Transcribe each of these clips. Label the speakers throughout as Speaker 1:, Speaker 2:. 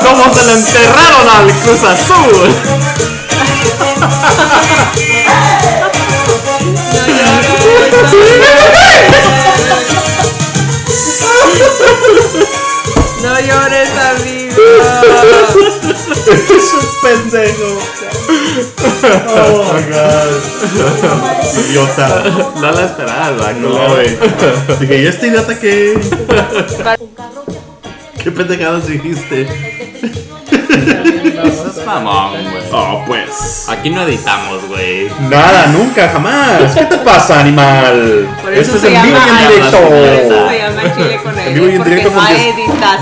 Speaker 1: ¿Cómo se lo enterraron al Cruz Azul?
Speaker 2: No llores, amigo.
Speaker 3: Es un pendejo. Oh my god. Idiota.
Speaker 1: No la esperaba,
Speaker 3: No, güey. Dije, ¿y este idiota qué? ¿Qué pendejadas dijiste?
Speaker 1: Es mamón, güey.
Speaker 3: Oh, pues.
Speaker 1: Aquí no editamos, güey.
Speaker 3: Nada, nunca, jamás. ¿Qué te pasa, animal?
Speaker 2: Por eso
Speaker 3: Esto es
Speaker 2: se
Speaker 3: en vivo
Speaker 2: llama-
Speaker 3: y en
Speaker 2: Por
Speaker 1: Por
Speaker 2: eso
Speaker 3: directo.
Speaker 2: se llama Chile con
Speaker 3: En vivo y
Speaker 2: aire,
Speaker 3: en
Speaker 2: porque
Speaker 3: directo
Speaker 2: no
Speaker 3: con
Speaker 2: hay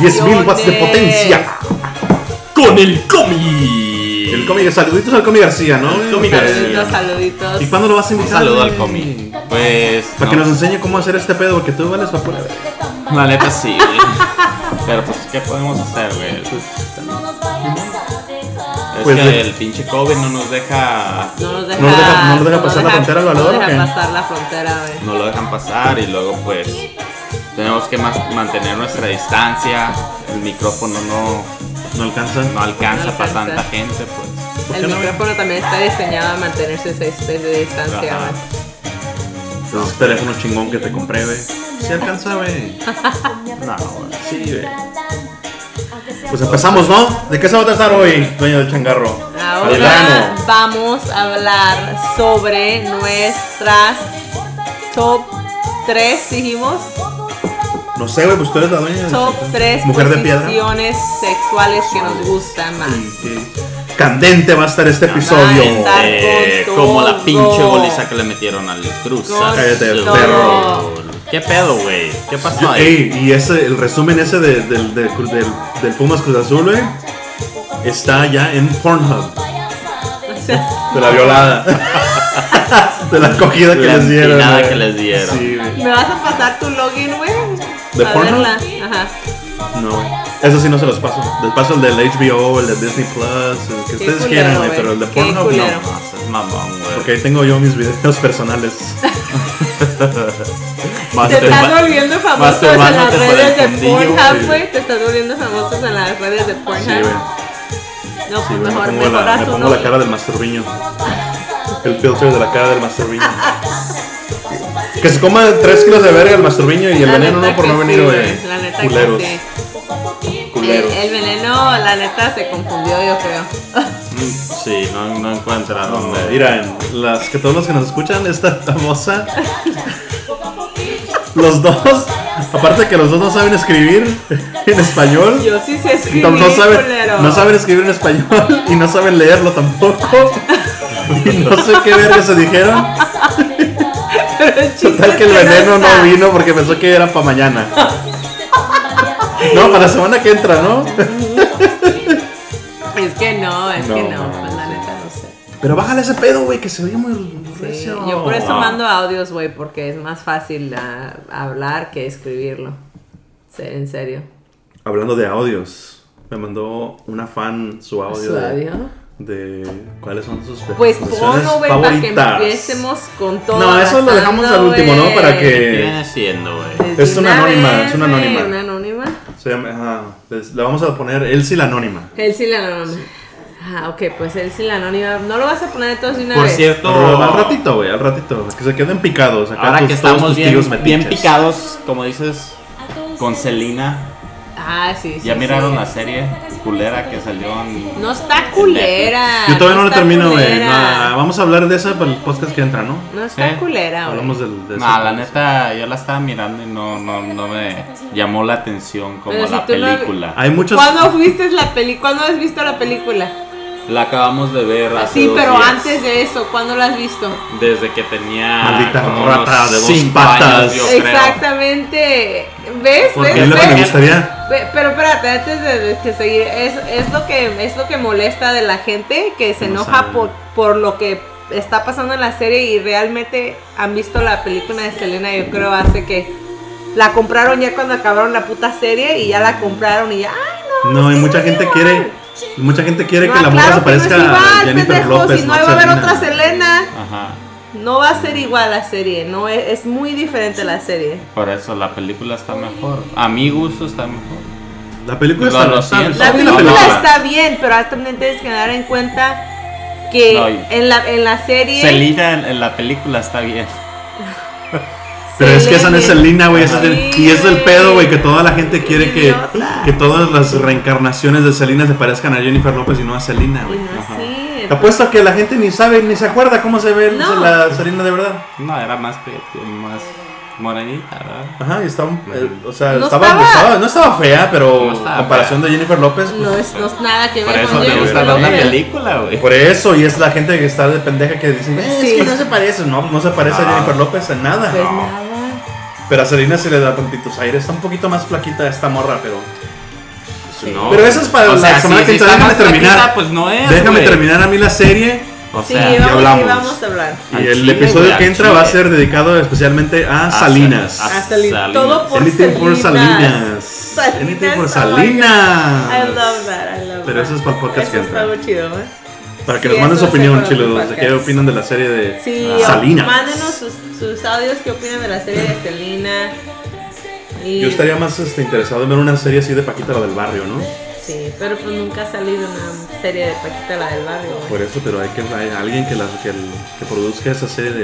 Speaker 3: 10 mil watts de
Speaker 2: editaciones.
Speaker 3: potencia.
Speaker 1: Con el comi.
Speaker 3: El cómic, saluditos al cómic García, ¿no? Eh,
Speaker 1: El cómic
Speaker 2: Saluditos,
Speaker 1: Sí.
Speaker 2: saluditos.
Speaker 3: ¿Y cuándo lo vas a
Speaker 1: Un
Speaker 3: invitar?
Speaker 1: saludo al
Speaker 3: güey?
Speaker 1: comi. Pues.
Speaker 3: Para que
Speaker 1: no.
Speaker 3: nos enseñe cómo hacer este pedo, porque tú vales para pura.
Speaker 1: La neta sí, güey. Pero pues, ¿qué podemos hacer, güey? Es
Speaker 3: Pues,
Speaker 1: que
Speaker 3: güey.
Speaker 1: el pinche COVID no nos deja.
Speaker 2: No nos deja,
Speaker 3: No nos deja- no nos deja pasar la frontera al valor,
Speaker 2: No
Speaker 3: ¿o
Speaker 2: nos
Speaker 3: qué?
Speaker 2: deja pasar la frontera, güey.
Speaker 1: No lo dejan pasar y luego, pues. Tenemos que mas- mantener nuestra distancia. El micrófono no,
Speaker 3: No alcanza.
Speaker 1: no alcanza
Speaker 2: No
Speaker 1: para
Speaker 2: alcanza.
Speaker 1: tanta gente, pues.
Speaker 3: ¿Por qué
Speaker 2: El
Speaker 3: no?
Speaker 2: micrófono también está diseñado a mantenerse 6 pies de distancia,
Speaker 1: Ajá.
Speaker 2: güey.
Speaker 3: No. Ese teléfono chingón que te compré, güey. Sí alcanza, güey.
Speaker 1: No, güey.
Speaker 3: Sí, güey. Pues empezamos, ¿no? ¿De qué se va a tratar hoy, dueño del changarro?
Speaker 2: Ahora
Speaker 3: Adelano.
Speaker 2: vamos a hablar sobre nuestras top 3, dijimos.
Speaker 3: No sé, güey, pues tú eres la dueña. de-
Speaker 2: Top 3
Speaker 3: Mujer de piedra.
Speaker 2: posiciones sexuales que nos gustan más.
Speaker 3: Y qué Candente va a estar este episodio.
Speaker 2: está.
Speaker 1: Eh,
Speaker 2: con
Speaker 1: como
Speaker 2: todo.
Speaker 1: la pinche goliza que le metieron al Cruz.
Speaker 2: Con
Speaker 3: Cállate,
Speaker 1: Azul.
Speaker 3: perro.
Speaker 1: ¿Qué pedo, güey? ¿Qué pasó ahí?
Speaker 3: Ey, y ese, el resumen ese de- del- del- del, del Pumas Cruz Azul, güey, está ya en Pornhub.
Speaker 2: O sea,
Speaker 3: De la violada. de la acogida que
Speaker 1: La
Speaker 3: les dieron.
Speaker 1: empinada
Speaker 3: güey.
Speaker 1: que les dieron.
Speaker 3: Sí, güey.
Speaker 2: ¿Me vas a pasar tu login, güey?
Speaker 3: ¿De
Speaker 2: a
Speaker 3: porno?
Speaker 2: verla. Ajá.
Speaker 3: No, güey. Eso sí no se los paso. Les paso el del HBO, el de Disney Plus, el que ustedes
Speaker 2: culero,
Speaker 3: quieran, güey.
Speaker 2: güey.
Speaker 3: Pero el de
Speaker 2: Qué
Speaker 3: Pornhub
Speaker 2: culero.
Speaker 3: no.
Speaker 1: No, es Ah, mamón, güey.
Speaker 3: Porque ahí tengo yo mis videos personales. Ah,
Speaker 2: Te
Speaker 1: Masturba-
Speaker 2: estás volviendo famoso en las
Speaker 1: masturbándote por el
Speaker 2: redes de
Speaker 1: fundillo,
Speaker 2: Pornhub,
Speaker 1: güey.
Speaker 2: güey. Te estás volviendo famoso en las redes de Pornhub.
Speaker 3: Sí, güey.
Speaker 2: No,
Speaker 3: Sí,
Speaker 2: pues
Speaker 3: güey. Me
Speaker 2: mejor,
Speaker 3: pongo,
Speaker 2: mejor
Speaker 3: la,
Speaker 2: haz
Speaker 3: me
Speaker 2: uno,
Speaker 3: pongo la
Speaker 2: güey.
Speaker 3: cara del masturbiño. El filtro de la cara del masturbiño. que se coma 3 kilos de verga el masturbiño y el
Speaker 2: La
Speaker 3: veneno
Speaker 2: neta
Speaker 3: no por
Speaker 2: que
Speaker 3: no
Speaker 2: sí,
Speaker 3: venir, güey.
Speaker 2: güey, La neta
Speaker 3: Culeros.
Speaker 2: que sí.
Speaker 3: Culeros.
Speaker 2: El, el veneno, la neta, se confundió, yo creo.
Speaker 1: Mm, Sí, no, no encuentra dónde.
Speaker 3: Ah, Mira, las que todos los que nos escuchan, esta famosa. Los dos, aparte que los dos no saben escribir en español,
Speaker 2: Yo sí sé escribir,
Speaker 3: no saben,
Speaker 2: culero.
Speaker 3: no saben escribir en español y no saben leerlo tampoco. Y no sé qué verga se dijeron.
Speaker 2: Pero el chiste
Speaker 3: Total
Speaker 2: es
Speaker 3: que el veneno no
Speaker 2: está.
Speaker 3: vino porque pensó que era para mañana. No, para la semana que entra, ¿no?
Speaker 2: Es que no, es que
Speaker 3: No,
Speaker 2: no,
Speaker 3: no,
Speaker 2: pues la neta no sé.
Speaker 3: Pero bájale ese pedo, güey, que se oye muy
Speaker 2: Sí,
Speaker 3: recio.
Speaker 2: yo por eso
Speaker 1: Ah.
Speaker 2: mando audios, güey, porque es más fácil ah, hablar que escribirlo. Sí, en serio.
Speaker 3: Hablando de audios, me mandó una fan su audio.
Speaker 2: ¿Su
Speaker 3: de-
Speaker 2: audio?
Speaker 3: De, cuáles son sus
Speaker 2: Pues
Speaker 3: posiciones
Speaker 2: ponlo, güey, para que empiecemos con todo.
Speaker 3: No, eso lo dejamos al
Speaker 2: abrazando,
Speaker 3: último, ¿no?
Speaker 2: güey.
Speaker 3: Para que-
Speaker 1: ¿Qué viene siendo, güey?
Speaker 2: Desde
Speaker 3: Es una anónima,
Speaker 2: vez,
Speaker 3: es una
Speaker 2: güey,
Speaker 3: anónima.
Speaker 2: Una anónima.
Speaker 3: Se llama- ajá, les- la vamos a poner Elsie la anónima.
Speaker 2: Él sí la anónima. Ah, ok, pues él sí la anónima. No lo vas a poner todos de una
Speaker 1: Por
Speaker 2: vez.
Speaker 1: cierto,
Speaker 3: Pero al ratito, güey, al ratito, que se queden picados. Acá
Speaker 1: ahora
Speaker 3: tus-
Speaker 1: que
Speaker 3: todos
Speaker 1: estamos
Speaker 3: tus
Speaker 1: bien,
Speaker 3: tíos metiches.
Speaker 1: bien picados, como dices, con Celina,
Speaker 2: Ah, sí, sí.
Speaker 1: ya
Speaker 2: sí.
Speaker 1: miraron la serie culera que salió en...
Speaker 2: No está culera.
Speaker 3: Yo todavía no lo
Speaker 2: está
Speaker 3: termino, güey.
Speaker 2: culera.
Speaker 3: Nah, vamos a hablar de esa para el podcast que entra, ¿no?
Speaker 2: No está
Speaker 1: ¿Eh?
Speaker 2: culera, güey.
Speaker 3: Hablamos del, de
Speaker 1: Nah,
Speaker 3: ese-
Speaker 1: la neta, yo la estaba mirando y no, no, no me llamó la atención como
Speaker 2: Pero si
Speaker 1: la
Speaker 2: tú no-
Speaker 1: película.
Speaker 3: Hay muchos.
Speaker 2: ¿Cuándo fuiste la peli? ¿Cuándo has visto la película?
Speaker 1: La acabamos de ver hace
Speaker 2: Sí,
Speaker 1: dos
Speaker 2: pero
Speaker 1: días.
Speaker 2: antes de eso, ¿cuándo la has visto?
Speaker 1: Desde que tenía
Speaker 3: Maldita
Speaker 1: como
Speaker 3: rata
Speaker 1: unos
Speaker 3: de dos
Speaker 1: cinco
Speaker 3: patas.
Speaker 1: años, yo creo.
Speaker 2: Exactamente. ¿Ves?
Speaker 1: Porque
Speaker 3: Es
Speaker 2: ¿Ves?
Speaker 3: lo que
Speaker 2: ¿Ves?
Speaker 3: me gustaría.
Speaker 2: Pe- Pero espérate, antes de, de- de seguir, es, es, lo que, es lo que molesta de la gente que se
Speaker 3: No
Speaker 2: enoja
Speaker 3: saben.
Speaker 2: por, por lo que está pasando en la serie y realmente han visto la película de Selena, yo creo, hace que la compraron ya cuando acabaron la puta serie y ya la compraron y ya, ay, no.
Speaker 3: No, y mucha gente quiere Mucha gente quiere
Speaker 2: No,
Speaker 3: que la morra se
Speaker 2: claro que no es
Speaker 3: parezca a
Speaker 2: igual,
Speaker 3: Jennifer
Speaker 2: pendejo,
Speaker 3: López.
Speaker 2: Si no, va a haber
Speaker 3: Selena.
Speaker 2: otra Selena.
Speaker 1: Ajá.
Speaker 2: No va a ser igual la serie, no es, es muy diferente la serie.
Speaker 1: Por eso la película está mejor. A mi gusto está mejor.
Speaker 3: La película
Speaker 1: Lo-
Speaker 3: está
Speaker 1: lo
Speaker 3: está-
Speaker 1: siento.
Speaker 3: está
Speaker 2: La
Speaker 3: bien la
Speaker 2: película
Speaker 1: película.
Speaker 2: está bien, pero hasta también tienes que dar en cuenta que
Speaker 1: No, y-
Speaker 2: en, la, en la serie.
Speaker 1: Selena en, en la película está bien.
Speaker 3: Pero es que esa no es
Speaker 2: Selena.
Speaker 3: Selena, güey. esa es de- Y es el pedo, güey, que toda la gente quiere que,
Speaker 2: Idiota.
Speaker 3: que todas las reencarnaciones de Selena se parezcan a Jennifer López y no a Selena,
Speaker 2: Y
Speaker 3: güey.
Speaker 2: no es
Speaker 1: Ajá.
Speaker 2: cierto.
Speaker 3: Te apuesto a que la gente ni sabe ni se acuerda cómo se ve
Speaker 2: No.
Speaker 3: la Selena de verdad.
Speaker 1: No, era más, pe- más morenita, ¿verdad?
Speaker 3: Ajá, y estaba, eh, o sea,
Speaker 2: No
Speaker 3: estaba,
Speaker 2: estaba-
Speaker 3: estaba- no estaba fea, pero
Speaker 1: No estaba
Speaker 3: a comparación de Jennifer López, pues,
Speaker 2: No es, no es nada que
Speaker 1: Por
Speaker 2: ver
Speaker 1: eso
Speaker 2: con
Speaker 1: te
Speaker 2: Jennifer
Speaker 1: gusta ver una
Speaker 2: Lopez.
Speaker 1: película, güey.
Speaker 3: por eso, y es la gente que está de pendeja que dice, "Eh,
Speaker 2: Sí.
Speaker 3: es que no se parece, no, no se parece a
Speaker 1: No.
Speaker 3: Jennifer López en nada.
Speaker 2: Pues
Speaker 3: No.
Speaker 2: nada.
Speaker 3: Pero a Selena se le da tantitos aires, está un poquito más flaquita esta morra, pero...
Speaker 1: Sí. No.
Speaker 3: Pero eso es para
Speaker 1: O
Speaker 3: la
Speaker 1: sea,
Speaker 3: semana
Speaker 1: si-
Speaker 3: que
Speaker 1: si
Speaker 3: entra,
Speaker 1: está
Speaker 3: déjame
Speaker 1: más flaquita,
Speaker 3: terminar.
Speaker 1: Pues no es,
Speaker 3: Déjame
Speaker 1: güey.
Speaker 3: terminar a mí la serie.
Speaker 1: O
Speaker 2: Sí,
Speaker 1: sea,
Speaker 3: ya
Speaker 2: vamos, sí,
Speaker 3: hablamos.
Speaker 2: vamos a hablar.
Speaker 1: Al
Speaker 3: Y el
Speaker 1: chile,
Speaker 3: episodio
Speaker 1: güey, al
Speaker 3: que entra va a
Speaker 1: chile.
Speaker 3: ser dedicado especialmente a, Salinas.
Speaker 1: Sal-
Speaker 2: A salir
Speaker 1: Salinas.
Speaker 2: todo por
Speaker 3: Anything for
Speaker 2: Salinas.
Speaker 3: Salinas.
Speaker 2: Salinas,
Speaker 3: Anything
Speaker 2: oh my
Speaker 3: for
Speaker 2: I
Speaker 3: Salinas.
Speaker 2: love that, I love
Speaker 3: Pero eso es para el podcast
Speaker 2: Eso
Speaker 3: que
Speaker 2: está
Speaker 3: entra.
Speaker 2: muy chido, ¿eh?
Speaker 3: Para que
Speaker 2: Sí,
Speaker 3: nos manden su
Speaker 2: eso es
Speaker 3: opinión,
Speaker 2: para el
Speaker 3: chilos. ¿De
Speaker 2: podcast.
Speaker 3: qué opinan de la serie de
Speaker 2: Sí,
Speaker 1: Ah.
Speaker 2: o
Speaker 3: Salinas?
Speaker 2: mándenos sus, sus audios que opinan de la serie de Selena. Y-
Speaker 3: Yo estaría más este, interesado en ver una serie así de Paquita la del barrio, ¿no?
Speaker 2: Sí, pero pues nunca ha salido una serie de Paquita la del barrio. güey.
Speaker 3: Por eso, pero hay que hay alguien que, la, que, el- que produzca esa serie de,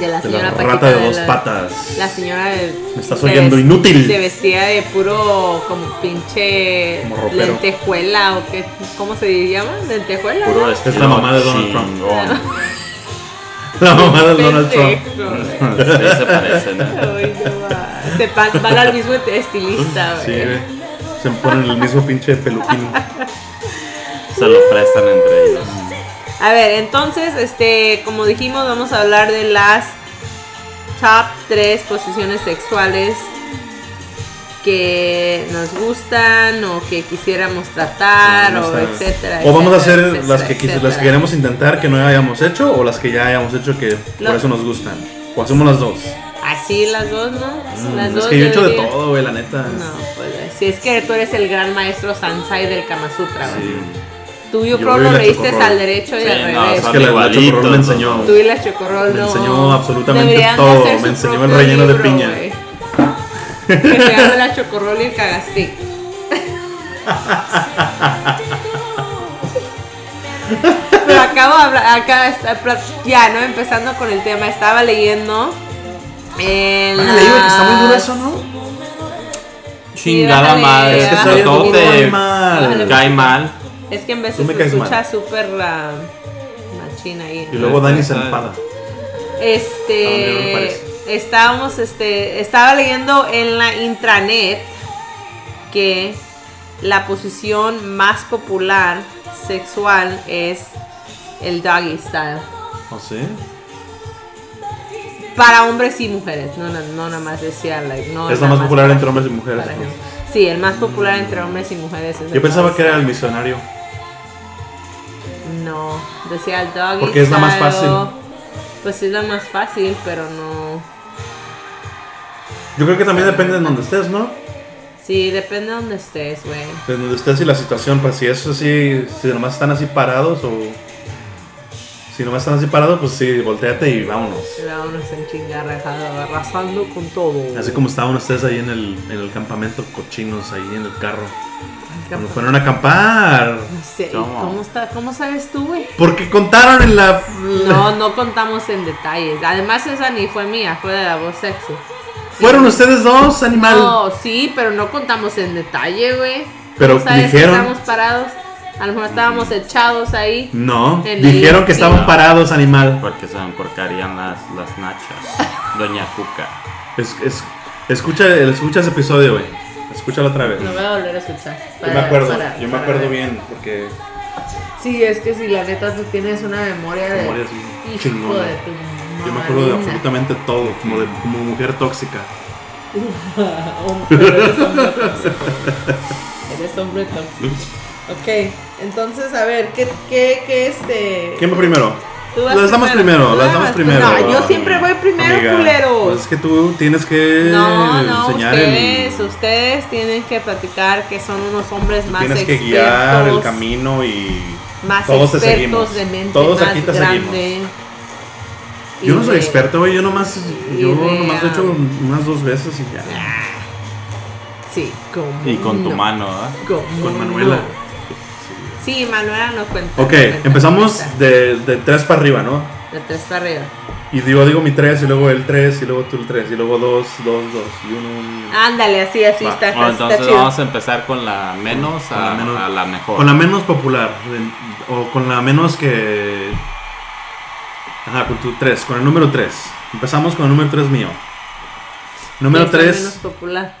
Speaker 2: De la
Speaker 3: de
Speaker 2: señora
Speaker 3: la
Speaker 2: Paquita
Speaker 3: rata de dos
Speaker 2: la-
Speaker 3: patas.
Speaker 2: La señora de-
Speaker 3: Me estás
Speaker 2: se
Speaker 3: oyendo
Speaker 2: ves-
Speaker 3: inútil.
Speaker 2: Se vestía de puro como pinche
Speaker 3: Como ropero.
Speaker 2: lentejuela o qué, ¿cómo se llama? Lentejuela.
Speaker 1: Puro
Speaker 2: ¿no?
Speaker 3: Es la mamá de Donald Trump.
Speaker 1: chingón.
Speaker 3: La mamá de Donald Trump.
Speaker 2: Pendejo, güey.
Speaker 1: Sí, se ¿eh? parece, ¿no?
Speaker 2: Ay, no va. Se pa- van al mismo estilista, güey.
Speaker 3: Sí, güey. Se ponen el mismo pinche peluquín.
Speaker 1: Se lo prestan entre ellos.
Speaker 2: A ver, entonces, este, como dijimos, vamos a hablar de las top 3 posiciones sexuales que nos gustan o que quisiéramos tratar
Speaker 3: Vamos
Speaker 2: o
Speaker 3: a-
Speaker 2: etcétera.
Speaker 3: O vamos a hacer
Speaker 2: etcétera,
Speaker 3: las,
Speaker 2: etcétera,
Speaker 3: que, quis- las
Speaker 2: etcétera.
Speaker 3: que queremos intentar que no hayamos hecho o las que ya hayamos hecho que
Speaker 2: No.
Speaker 3: por eso nos gustan. O hacemos las dos.
Speaker 2: Así las dos, ¿no? Las
Speaker 3: Mm,
Speaker 2: dos.
Speaker 3: es que yo he hecho de
Speaker 2: diría.
Speaker 3: todo, güey, la neta.
Speaker 2: No, pues si es que tú eres el gran maestro Sansai del Kama Sutra, güey.
Speaker 3: Sí.
Speaker 2: Tú yo
Speaker 3: Yo
Speaker 2: creo
Speaker 3: y
Speaker 2: lo
Speaker 3: la
Speaker 2: leíste
Speaker 3: Chocorrol.
Speaker 2: al derecho y
Speaker 1: Sí,
Speaker 2: al
Speaker 1: no,
Speaker 2: revés.
Speaker 3: Es que la- la
Speaker 1: Igualito,
Speaker 3: Chocorrol me
Speaker 1: ¿no?
Speaker 3: enseñó.
Speaker 2: Tú y la chocorrol
Speaker 3: Me
Speaker 2: no.
Speaker 3: enseñó absolutamente
Speaker 2: deberían de
Speaker 3: todo,
Speaker 2: hacer
Speaker 3: me
Speaker 2: su
Speaker 3: enseñó
Speaker 2: propio
Speaker 3: el relleno de
Speaker 2: libro,
Speaker 3: piña.
Speaker 2: güey. Que se llama la chocorrol y el cagastín. Pero acabo de hablar, acá está, pla- ya, ¿no? Empezando con el tema, estaba leyendo. En
Speaker 3: Ah, le digo que está muy duro
Speaker 2: las-
Speaker 3: eso, ¿no?
Speaker 1: Chingada
Speaker 2: ándale,
Speaker 1: madre.
Speaker 2: Es que
Speaker 1: no
Speaker 2: está bien
Speaker 1: todo te
Speaker 3: muy mal.
Speaker 1: cae mal.
Speaker 2: Es que en
Speaker 3: Tú
Speaker 2: veces
Speaker 3: me
Speaker 2: se
Speaker 3: caes mal.
Speaker 2: escucha súper ah, machina ahí.
Speaker 3: Y
Speaker 2: ¿no?
Speaker 3: luego Dani se enfada.
Speaker 2: Este.
Speaker 3: Ah, no, no me parece.
Speaker 2: estábamos, este. Estaba leyendo en la intranet que la posición más popular sexual es el doggy style.
Speaker 3: ¿O sí?
Speaker 2: Para hombres y mujeres. No, no, no nada más decía, like, no.
Speaker 3: Es la
Speaker 2: nada
Speaker 3: más popular
Speaker 2: para-
Speaker 3: entre hombres y mujeres.
Speaker 2: para
Speaker 3: ¿no?
Speaker 2: gente. Sí, el más popular entre hombres y mujeres es el
Speaker 3: Yo pensaba
Speaker 2: doggy
Speaker 3: que era el
Speaker 2: style.
Speaker 3: misionario.
Speaker 2: No, decía el doggy
Speaker 3: Porque es la más
Speaker 2: style.
Speaker 3: fácil.
Speaker 2: Pues es la más fácil, pero no.
Speaker 3: Yo creo que también depende de donde estés, ¿no?
Speaker 2: Sí, depende de donde estés, güey.
Speaker 3: De Pues, donde estés y la situación, pues si es así, si nomás están así parados o... Si nomás están así parados, pues sí, volteate y vámonos.
Speaker 2: Vámonos en chingarrajada, arrasando con todo.
Speaker 3: Así como estaban ustedes ahí en el, en el campamento cochinos, ahí en el carro. Cuando fueron a acampar.
Speaker 2: No sé, ¿y
Speaker 1: ¿Cómo?
Speaker 2: ¿cómo? está, ¿Cómo sabes tú, güey?
Speaker 3: Porque contaron en la...
Speaker 2: No, no contamos en detalles. Además, esa ni fue mía, fue de la voz sexy.
Speaker 3: Fueron ustedes dos, animal.
Speaker 2: No, sí, pero no contamos en detalle, güey.
Speaker 3: Pero
Speaker 2: ¿Cómo sabes que
Speaker 3: dijeron-
Speaker 2: estábamos parados. A lo mejor estábamos echados ahí.
Speaker 3: No,
Speaker 2: En
Speaker 3: dijeron
Speaker 2: el-
Speaker 3: que estaban
Speaker 1: sí.
Speaker 3: parados, animal.
Speaker 1: Porque se me porcarían las, las nachas. Doña Cuca.
Speaker 3: Es, es- escucha, escucha ese episodio, güey. Escúchalo otra vez.
Speaker 2: No voy a volver a escuchar.
Speaker 3: yo
Speaker 2: para-
Speaker 3: me acuerdo,
Speaker 2: para-
Speaker 3: yo me
Speaker 2: para
Speaker 3: acuerdo
Speaker 2: ver.
Speaker 3: bien, porque...
Speaker 2: Sí, es que si la neta tú tienes una memoria de.
Speaker 3: Memoria así,
Speaker 2: hijo
Speaker 3: chingona.
Speaker 2: de tu
Speaker 3: Yo me acuerdo de
Speaker 2: madrina.
Speaker 3: absolutamente todo, como de como mujer tóxica.
Speaker 2: Oh, pero eres hombre tóxico. Eres hombre tóxico. Ok, entonces a ver, ¿qué, qué, qué este?
Speaker 3: ¿Quién va primero?
Speaker 2: Tú vas
Speaker 3: Las damos primero,
Speaker 2: Tú
Speaker 3: las
Speaker 2: damas
Speaker 3: damos
Speaker 2: primero.
Speaker 3: primero. ah,
Speaker 2: No, yo siempre voy primero,
Speaker 3: Amiga,
Speaker 2: culeros.
Speaker 3: pues es que tú tienes que
Speaker 2: No, no,
Speaker 3: enseñar
Speaker 2: ustedes,
Speaker 3: el.
Speaker 2: ustedes tienen que platicar que son unos hombres más
Speaker 3: Tienes que
Speaker 2: expertos.
Speaker 3: guiar el camino y.
Speaker 2: Más
Speaker 3: Todos te
Speaker 2: expertos
Speaker 3: seguimos.
Speaker 2: de mente
Speaker 3: Todos
Speaker 2: más
Speaker 3: aquí te
Speaker 2: grande. Y
Speaker 3: Yo no soy
Speaker 2: de-
Speaker 3: experto, güey. Yo nomás.
Speaker 2: y
Speaker 3: Yo
Speaker 2: de,
Speaker 3: nomás lo he hecho
Speaker 2: um,
Speaker 3: unas dos veces y ya.
Speaker 2: Sí, como
Speaker 1: Y con tu
Speaker 2: no,
Speaker 1: mano, ¿eh? ¿verdad?
Speaker 2: como
Speaker 3: Con Manuela.
Speaker 2: no. Sí, Manuela no cuenta.
Speaker 3: Ok,
Speaker 2: no cuenta,
Speaker 3: empezamos
Speaker 2: no cuenta.
Speaker 3: de, de tres para arriba, ¿no?
Speaker 2: De tres para arriba.
Speaker 3: Y digo, digo mi tres, y luego el tres, y luego tú el tres, y luego dos, dos, dos, y uno, uno, y uno.
Speaker 2: Ándale, así, así
Speaker 3: Va.
Speaker 2: Ah, está. está-
Speaker 1: Bueno, entonces
Speaker 2: está chido.
Speaker 1: vamos a empezar con la menos
Speaker 3: Con la
Speaker 1: a,
Speaker 3: menos-
Speaker 1: a la mejor.
Speaker 3: Con la menos popular, de- o con la menos que... Ajá, con tu 3, con el número 3. Empezamos con el número 3 mío. Número
Speaker 2: Esta es Menos
Speaker 3: 3
Speaker 2: popular.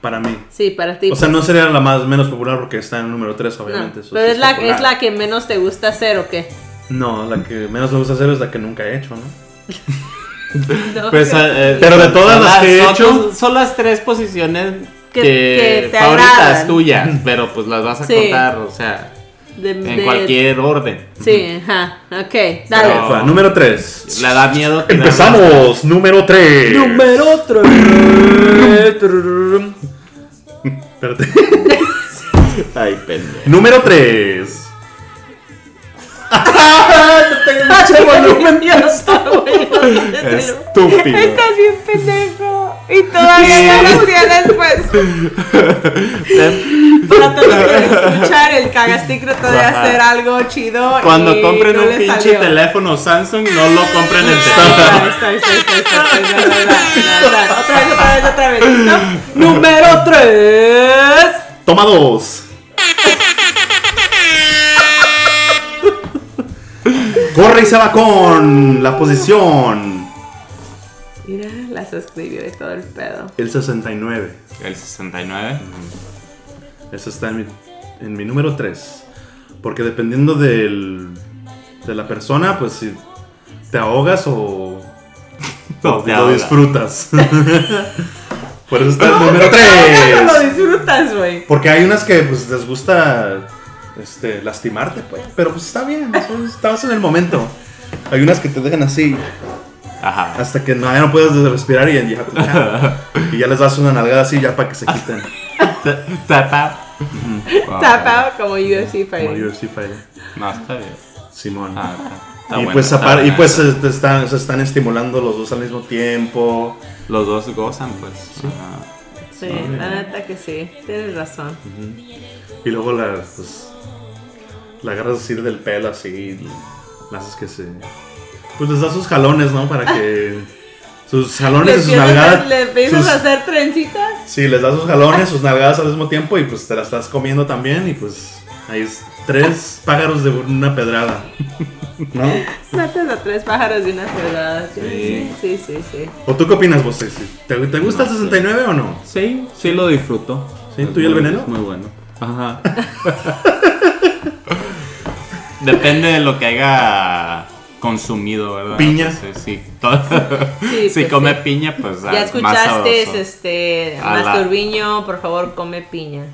Speaker 3: para mí.
Speaker 2: Sí, para ti.
Speaker 3: O sea,
Speaker 2: pues.
Speaker 3: no sería la más menos popular porque está en el número 3,
Speaker 2: No,
Speaker 3: obviamente. eso
Speaker 2: pero
Speaker 3: sí
Speaker 2: es la,
Speaker 3: popular.
Speaker 2: es la que menos te gusta hacer, ¿o qué?
Speaker 3: No, la que menos me gusta hacer es la que nunca he hecho, ¿no?
Speaker 2: No,
Speaker 1: Pues,
Speaker 2: que-
Speaker 1: eh,
Speaker 3: Pero de todas
Speaker 1: son
Speaker 3: las que he
Speaker 1: son
Speaker 3: hecho-
Speaker 1: tus- son las tres posiciones
Speaker 2: Que-
Speaker 1: que,
Speaker 2: que te
Speaker 1: favoritas
Speaker 2: agradan.
Speaker 1: tuyas, pero pues las vas a
Speaker 2: Sí.
Speaker 1: contar, o sea,
Speaker 2: de-
Speaker 1: en
Speaker 2: de-
Speaker 1: cualquier orden.
Speaker 2: Sí, ajá. Ok, dale.
Speaker 1: Pero-
Speaker 3: Fue, número 3.
Speaker 1: Ah. La da miedo. tirar las-
Speaker 3: Empezamos, número 3.
Speaker 1: Número 3.
Speaker 3: Espérate.
Speaker 1: Ay, pendejo.
Speaker 3: número 3. Estúpido.
Speaker 2: Estás bien pendejo. Y todavía no lo pues. después. Para todos los que quieren escuchar, el cagastic trató de
Speaker 1: Ajá.
Speaker 2: hacer algo chido.
Speaker 1: Cuando
Speaker 2: y
Speaker 1: compren
Speaker 2: no
Speaker 1: un
Speaker 2: le
Speaker 1: pinche
Speaker 2: salió.
Speaker 1: teléfono Samsung, no lo compren en
Speaker 2: Ahí
Speaker 1: Samsung.
Speaker 2: está, ahí está, ahí está, ahí está, ahí está, ahí está, ahí está. Otra vez, otra vez, otra vez. ¿listo? Número 3.
Speaker 3: Toma 2. Corre y se va con la posición.
Speaker 2: Mira, las escribió y todo el pedo.
Speaker 3: El 69.
Speaker 1: El 69.
Speaker 3: Eso está en mi, en mi número 3. Porque dependiendo del, de la persona, pues si te ahogas o, o
Speaker 1: te
Speaker 3: lo
Speaker 1: ahoga.
Speaker 3: disfrutas. Por eso está el número
Speaker 2: Eso lo
Speaker 3: 3.
Speaker 2: disfrutas, güey.
Speaker 3: Porque hay unas que pues, les gusta este, lastimarte, pues. Pero pues está bien, eso- estabas en el momento. Hay unas que te dejan así
Speaker 1: Ajá.
Speaker 3: hasta que no, ya no puedes respirar y ya, ya- y ya les das una nalgada así ya para que se quiten.
Speaker 1: Tap out. Wow.
Speaker 2: Tapado como UFC
Speaker 3: Como
Speaker 2: fighter.
Speaker 3: UFC fighter.
Speaker 1: No, está bien.
Speaker 3: Simón.
Speaker 1: Ah, está- está
Speaker 3: y,
Speaker 1: bueno,
Speaker 3: pues,
Speaker 1: está
Speaker 3: apar- y
Speaker 1: bueno.
Speaker 3: pues eh, te están, se están estimulando los dos al mismo tiempo.
Speaker 1: Los dos gozan, pues. Ajá.
Speaker 2: Sí,
Speaker 1: Ah,
Speaker 2: la neta que sí. Tienes razón.
Speaker 3: Y luego la, pues, la agarras así del pelo, así. y La haces que se. Pues les das sus jalones, ¿no? Para que. Sus jalones y sus
Speaker 2: empiezas a-
Speaker 3: nalgadas.
Speaker 2: le empiezas
Speaker 3: sus-
Speaker 2: a hacer trencitas?
Speaker 3: sí, les das sus jalones, sus nalgadas al mismo tiempo y pues te las estás comiendo también. Y pues ahí es tres pájaros de una pedrada. ¿No?
Speaker 2: Matas a tres pájaros de una pedrada. Sí,
Speaker 1: Sí.
Speaker 2: sí, sí, sí.
Speaker 3: ¿O tú qué opinas vos, Ceci? ¿Te, te gusta el
Speaker 1: No sé.
Speaker 2: pues,
Speaker 3: 69 o no?
Speaker 1: Sí, sí lo disfruto.
Speaker 3: Sí,
Speaker 1: Es
Speaker 3: ¿tú y el
Speaker 1: muy-
Speaker 3: veneno?
Speaker 1: es Muy bueno. Ajá. Depende de lo que haya consumido, ¿verdad?
Speaker 3: Piña.
Speaker 1: Sí, sí. Todo-
Speaker 2: Sí,
Speaker 1: si
Speaker 2: pues
Speaker 1: come
Speaker 2: sí.
Speaker 1: piña, pues ah,
Speaker 2: Ya
Speaker 1: más
Speaker 2: escuchaste,
Speaker 1: sabroso.
Speaker 2: este,
Speaker 1: A la-
Speaker 2: Masturbiño, por favor, come piña.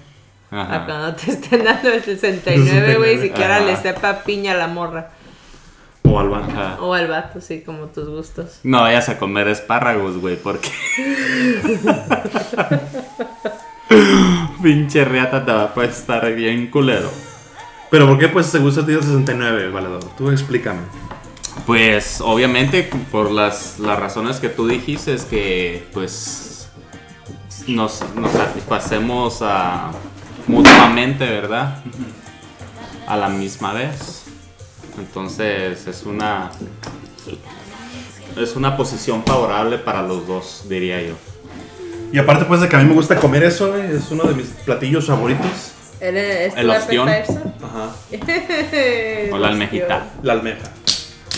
Speaker 1: Ajá.
Speaker 2: A cuando te estén dando el 69, güey,
Speaker 3: 69,
Speaker 2: siquiera
Speaker 1: ajá.
Speaker 2: le sepa piña a la morra.
Speaker 3: ¿O al banco?
Speaker 1: Ajá.
Speaker 2: O al vato, sí, como tus gustos.
Speaker 1: No vayas a comer espárragos, güey, porque. Pinche reata te va a estar bien culero.
Speaker 3: Pero ¿por qué pues te gusta a ti el 69, Valedor? Tú explícame.
Speaker 1: Pues obviamente por las, las razones que tú dijiste es que pues nos, nos satisfacemos ah, mutuamente, ¿verdad? A la misma vez. Entonces es una es una posición favorable para los dos, diría yo.
Speaker 3: Y aparte pues de que a mí me gusta comer eso, güey, es uno de mis platillos favoritos.
Speaker 2: ¿Eres
Speaker 1: El ostión.
Speaker 3: Ajá.
Speaker 1: O la almejita.
Speaker 3: La almeja.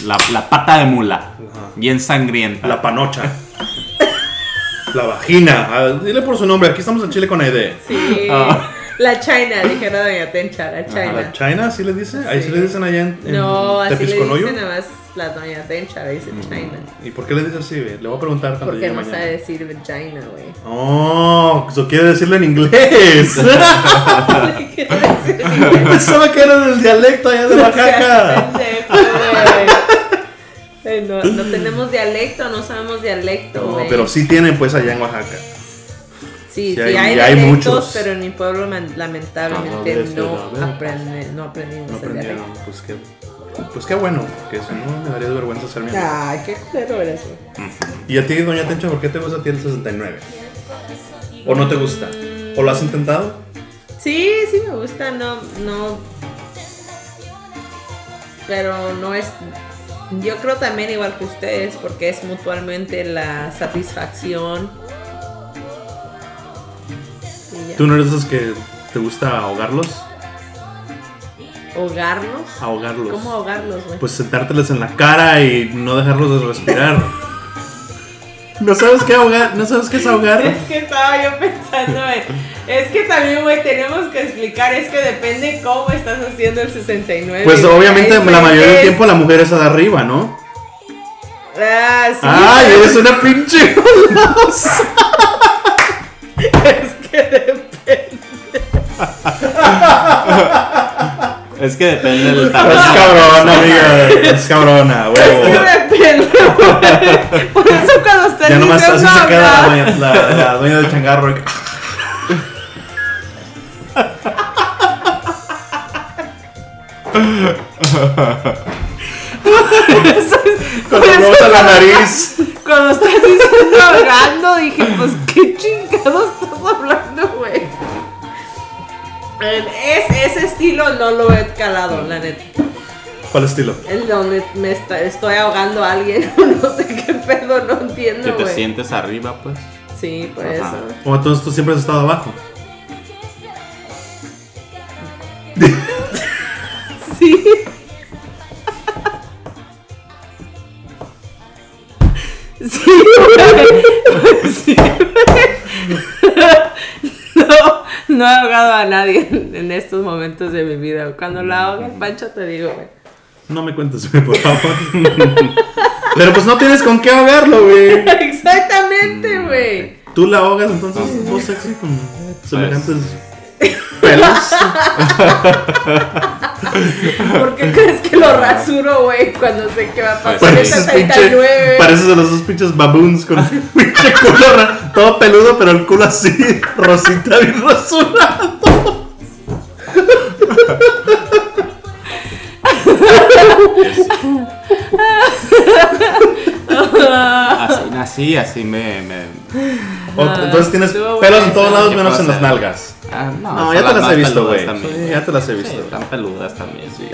Speaker 1: La, la pata de mula.
Speaker 3: Ajá.
Speaker 1: Bien sangrienta.
Speaker 3: La panocha. la vagina. Ah, dile por su nombre, aquí estamos en Chile con Aide.
Speaker 2: Sí.
Speaker 1: Ah.
Speaker 2: La China, dijeron doña Tencha, la
Speaker 3: ¿A
Speaker 2: China.
Speaker 3: la China sí le dice? Ahí sí le dicen allá en, en
Speaker 2: no, así le
Speaker 3: Tepisconoyo.
Speaker 2: dicen nada más la doña Tencha, le dicen China.
Speaker 3: ¿Y por qué le dice así, güey? Le voy a preguntar cuando
Speaker 2: Porque
Speaker 3: llegue
Speaker 2: no
Speaker 3: mañana.
Speaker 2: sabe decir vagina, güey.
Speaker 3: Oh, eso quiere decirlo en inglés.
Speaker 2: ¿Qué quiere decir?
Speaker 3: Pensaba que era del dialecto allá de
Speaker 2: O sea,
Speaker 3: Oaxaca.
Speaker 2: pendejo, güey. no, no tenemos dialecto, no sabemos dialecto.
Speaker 3: No,
Speaker 2: güey.
Speaker 3: pero sí tienen pues allá en Oaxaca.
Speaker 2: Sí,
Speaker 3: Sí
Speaker 2: sí, hay,
Speaker 3: hay- y hay
Speaker 2: dialectos,
Speaker 3: muchos. Ah,
Speaker 2: pero en mi pueblo man- lamentablemente
Speaker 1: Vamos,
Speaker 2: no,
Speaker 1: desde la
Speaker 2: aprende- no aprendimos
Speaker 3: No
Speaker 2: el dialecto.
Speaker 3: aprendieron. Pues qué, pues qué bueno, que si no me daría vergüenza ser mi amigo.
Speaker 2: Ay, qué culero eres, güey.
Speaker 3: Y a ti, Doña Tencha, ¿por qué te gusta a ti el 69? ¿O no te gusta? ¿O lo has intentado?
Speaker 2: Sí, sí me gusta, no, no. Pero no es. Yo creo también igual que ustedes, porque es mutuamente la satisfacción. Y ya.
Speaker 3: ¿Tú no eres de esos que te gusta ahogarlos?
Speaker 2: ¿Ahogarlos?
Speaker 3: Ahogarlos.
Speaker 2: ¿Cómo ahogarlos, güey?
Speaker 3: Pues sentárteles en la cara y no dejarlos de respirar. ¿No sabes qué ahogar? ¿No sabes qué es ahogar?
Speaker 2: Es que estaba yo pensando en. Es que también, güey, tenemos que explicar. Es que depende cómo estás haciendo el 69.
Speaker 3: Pues
Speaker 2: güey.
Speaker 3: obviamente
Speaker 2: Es-
Speaker 3: la mayoría del
Speaker 2: es-
Speaker 3: tiempo la mujer es de arriba, ¿no?
Speaker 2: Ah, sí.
Speaker 3: ¡Ay,
Speaker 2: pero-
Speaker 3: eres una pinche!
Speaker 2: Es que depende.
Speaker 1: Es que depende del
Speaker 3: Es
Speaker 1: tamaño.
Speaker 3: cabrona, amiga. Es cabrona,
Speaker 2: Es que
Speaker 3: huevo.
Speaker 2: depende, güey. Por eso cuando usted
Speaker 3: Ya nomás
Speaker 2: dice
Speaker 3: así
Speaker 2: no
Speaker 3: se queda la
Speaker 2: habla,
Speaker 3: doña, la, la dueña del changarro. y- Cuando
Speaker 2: Pues-
Speaker 3: vamos a la nariz.
Speaker 2: Cuando estás diciendo ahogando, dije, pues qué chingados estás hablando, güey. El- Es, ese estilo no lo he calado, la neta.
Speaker 3: ¿Cuál estilo?
Speaker 2: El donde me está- estoy ahogando a alguien, no sé qué pedo, no
Speaker 1: Que
Speaker 2: entiendo,
Speaker 1: te
Speaker 2: güey.
Speaker 1: sientes arriba, pues.
Speaker 2: Sí, por
Speaker 1: Ajá.
Speaker 2: eso.
Speaker 3: O entonces tú siempre has estado abajo.
Speaker 2: Sí. Sí, güey. Sí, güey. No, no he ahogado a nadie en estos momentos de mi vida. Cuando la ahoga el
Speaker 1: Mm.
Speaker 2: Pancho te digo, güey.
Speaker 3: No me cuentes, güey, por favor. Pero pues no tienes con qué ahogarlo, güey.
Speaker 2: Exactamente,
Speaker 1: Mm,
Speaker 2: güey.
Speaker 3: Tú la ahogas, entonces vos sexy con semejantes pelos.
Speaker 2: ¿Por qué crees que lo rasuro, güey? Cuando sé que va a
Speaker 1: Pues,
Speaker 2: pasar el
Speaker 3: Pareces pinche.
Speaker 2: 69.
Speaker 3: Pareces a los dos pinches baboons con pinche culo ra- todo peludo, pero el culo así, rosita bien rasurado.
Speaker 1: Así nací, así me. me-
Speaker 3: O-
Speaker 2: Ah,
Speaker 3: entonces tienes
Speaker 2: estuvo
Speaker 3: pelos
Speaker 2: buena
Speaker 3: en todos
Speaker 2: esa.
Speaker 3: lados
Speaker 1: ¿Qué
Speaker 3: menos en
Speaker 1: pasa?
Speaker 3: las nalgas.
Speaker 1: Ah,
Speaker 3: No,
Speaker 1: son
Speaker 3: ya te las he
Speaker 1: más
Speaker 3: visto,
Speaker 1: peludas
Speaker 3: güey.
Speaker 1: también,
Speaker 3: Sí,
Speaker 1: güey.
Speaker 3: ya te las he
Speaker 1: Sí,
Speaker 3: visto.
Speaker 1: están peludas también, sí.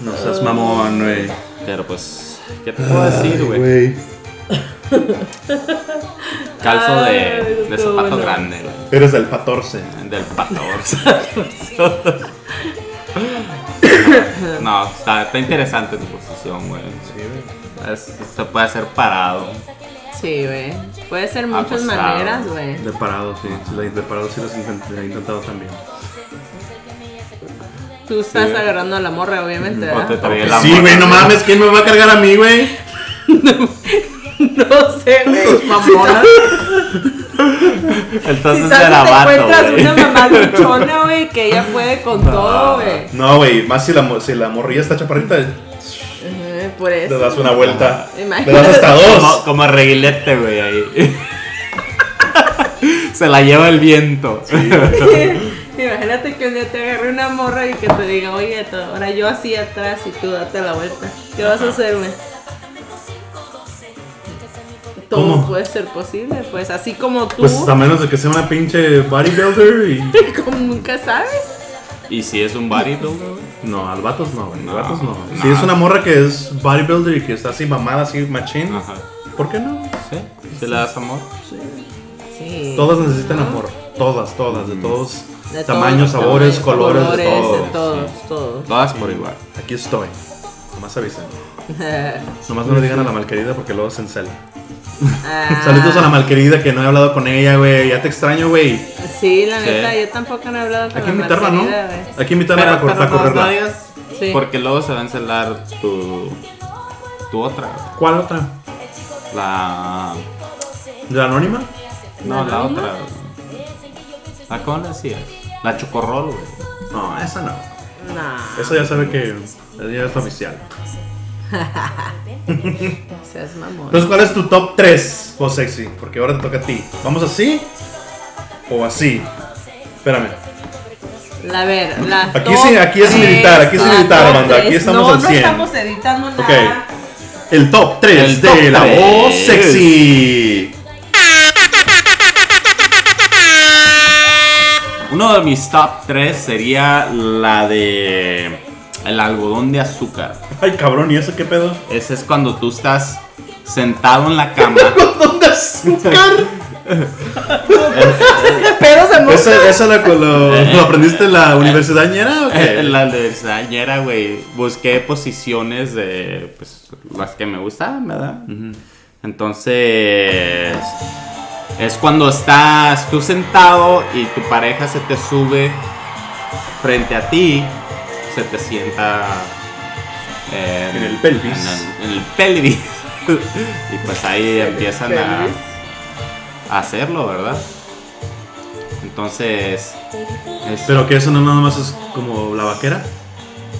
Speaker 3: No seas mamón, güey.
Speaker 1: Pero pues, ¿qué te puedo decir, güey?
Speaker 3: Güey.
Speaker 1: Calzo de,
Speaker 2: Ay,
Speaker 1: de
Speaker 2: qué
Speaker 1: zapato
Speaker 2: bueno.
Speaker 1: grande, güey.
Speaker 3: Eres del 14.
Speaker 1: Del 14. no, está, está interesante tu posición, güey. Es- se puede hacer parado.
Speaker 2: Sí, güey. Puede ser muchas
Speaker 1: Acostado.
Speaker 2: maneras, güey.
Speaker 3: De parado, sí. Sí, la- De parado sí los intent- la he intentado también.
Speaker 2: Tú estás agarrando a la morra, obviamente,
Speaker 1: O te
Speaker 2: ¿verdad?
Speaker 1: trae la
Speaker 3: Sí,
Speaker 1: morra.
Speaker 3: güey, no mames, ¿quién me va a cargar a mí, güey?
Speaker 2: No sé, güey.
Speaker 1: Mamona.
Speaker 2: Si
Speaker 1: Entonces
Speaker 2: tanto
Speaker 1: era
Speaker 2: te
Speaker 1: vato,
Speaker 2: encuentras
Speaker 1: güey.
Speaker 2: una mamá luchona, güey, que ella puede con todo, güey.
Speaker 3: No, güey, más si la, mo- si la morrilla está chaparrita,
Speaker 2: Ajá, Por
Speaker 3: le
Speaker 2: eso.
Speaker 3: das una vuelta.
Speaker 2: Imagínate.
Speaker 3: Le das hasta
Speaker 1: Como,
Speaker 3: dos.
Speaker 1: como reguilete, güey, ahí. Se la lleva el viento.
Speaker 2: Imagínate que un día te agarre una morra y que te diga, oye, to- ahora yo así atrás y tú date la vuelta. ¿Qué vas a hacer, güey? Todo
Speaker 3: ¿Cómo?
Speaker 2: puede ser posible, pues así como tú,
Speaker 3: Pues a menos de que sea una pinche bodybuilder y.
Speaker 2: como nunca sabes.
Speaker 1: ¿Y si es un bodybuilder, güey?
Speaker 3: No, al vatos no, güey. al
Speaker 1: No,
Speaker 3: vatos no.
Speaker 1: no.
Speaker 3: Si es una morra que es bodybuilder y que está así mamada, así machín,
Speaker 1: Ajá.
Speaker 3: ¿por qué no?
Speaker 1: ¿Sí? ¿Sí le das amor?
Speaker 2: Sí.
Speaker 3: Todas necesitan amor. Todas, todas, de
Speaker 1: Mm.
Speaker 3: todos
Speaker 2: De
Speaker 3: tamaños,
Speaker 2: todos,
Speaker 3: sabores,
Speaker 2: tamaños,
Speaker 3: colores, de todo.
Speaker 2: colores, de todos, todos.
Speaker 1: Todas por igual.
Speaker 3: Aquí estoy. Nomás avisan. Nomás no le digan a la malquerida porque luego se encela.
Speaker 2: Ah,
Speaker 3: Saludos a la malquerida que no he hablado con ella, güey. Ya te extraño, güey.
Speaker 2: Sí, la
Speaker 1: Sí.
Speaker 2: neta, yo tampoco no he hablado con
Speaker 3: Hay que
Speaker 2: la
Speaker 3: invitarla, ¿no?
Speaker 2: Margarita, güey.
Speaker 3: Hay que invitarla para, cor- para
Speaker 1: no
Speaker 3: correrla.
Speaker 1: digas,
Speaker 2: Sí.
Speaker 1: Porque luego se va a encelar tu. tu otra.
Speaker 3: ¿Cuál otra?
Speaker 1: La.
Speaker 3: ¿La anónima?
Speaker 1: No,
Speaker 2: ¿La
Speaker 1: la
Speaker 2: Luma?
Speaker 1: otra. ¿La cómo le decías? La chocorrol, güey.
Speaker 3: No, esa no.
Speaker 2: Nah.
Speaker 3: Esa ya sabe que ella es oficial.
Speaker 2: Seas mamón.
Speaker 3: Entonces, ¿cuál es tu top 3, vos sexy? Porque ahora te toca a ti. ¿Vamos así o así? Espérame.
Speaker 2: La ver, la
Speaker 3: Aquí
Speaker 2: top
Speaker 3: sí- aquí es
Speaker 2: tres,
Speaker 3: militar, aquí es
Speaker 2: la
Speaker 3: militar,
Speaker 2: top
Speaker 3: Amanda, aquí
Speaker 2: tres.
Speaker 3: estamos
Speaker 2: no,
Speaker 3: al
Speaker 2: No
Speaker 3: 100.
Speaker 2: estamos editando nada.
Speaker 3: Ok. El top 3
Speaker 1: El
Speaker 3: de
Speaker 1: top
Speaker 3: Este, la
Speaker 1: tres.
Speaker 3: voz sexy.
Speaker 1: Uno de mis top 3 sería la de el algodón de azúcar.
Speaker 3: Ay, cabrón, ¿y eso qué pedo?
Speaker 1: Ese es cuando tú estás sentado en la cama.
Speaker 3: ¿Dónde azúcar?
Speaker 2: Pero se mostró.
Speaker 3: ¿Esa, esa la, lo, lo aprendiste en la universidad ñera o qué?
Speaker 1: Eh. En la desañera, güey. Busqué posiciones de pues, las que me gustaban, ¿verdad?
Speaker 3: Ujú.
Speaker 1: Entonces, es cuando estás tú sentado y tu pareja se te sube frente a ti, se te sienta eh,
Speaker 3: En el pelvis.
Speaker 1: En el, en el pelvis. y pues ahí empiezan a- a hacerlo, ¿verdad? Entonces, es-
Speaker 3: Pero que eso no nada más es como la vaquera.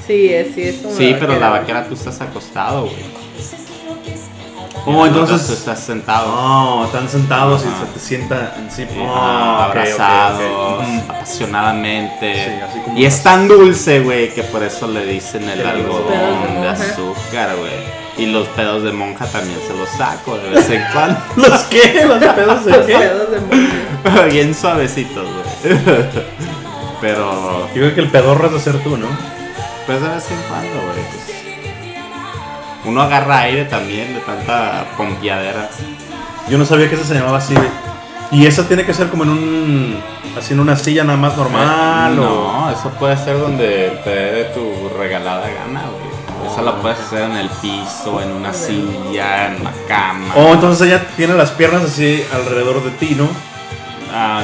Speaker 2: Sí, es, sí, es como
Speaker 1: Sí, pero la vaquera tú estás acostado, güey.
Speaker 3: Oh, entonces-
Speaker 1: Tú estás sentado.
Speaker 3: No, están sentados y
Speaker 1: Ajá.
Speaker 3: se te sienta encima.
Speaker 1: Ah. Sí,
Speaker 3: Ah,
Speaker 1: ah,
Speaker 3: ok, ok, ok.
Speaker 1: abrazados,
Speaker 3: Ujú.
Speaker 1: apasionadamente.
Speaker 3: Sí, así como
Speaker 1: y es tan dulce, güey, que por eso le dicen el
Speaker 3: Sí, los
Speaker 2: pedos de
Speaker 1: algodón de
Speaker 2: monja.
Speaker 1: azúcar, güey. Y los pedos de monja también se los saco de vez en cuando.
Speaker 3: ¿Los qué? ¿Los pedos de
Speaker 2: Los
Speaker 3: qué?
Speaker 2: dedos de mono.
Speaker 1: Bien suavecitos, güey. Pero,
Speaker 3: Yo creo que el pedorro es de ser tú, ¿no?
Speaker 1: pues de vez en cuando, güey. pues, uno agarra aire también de tanta pompiadera.
Speaker 3: Yo no sabía que eso se llamaba así. güey. Y eso tiene que ser como en un. Así en una silla nada más normal o.
Speaker 1: No, eso puede ser donde te dé de tu regalada gana, güey. Eso lo puedes hacer en el piso, en una silla, en la cama.
Speaker 3: O entonces ella tiene las piernas así alrededor de ti, ¿no?
Speaker 1: Ah,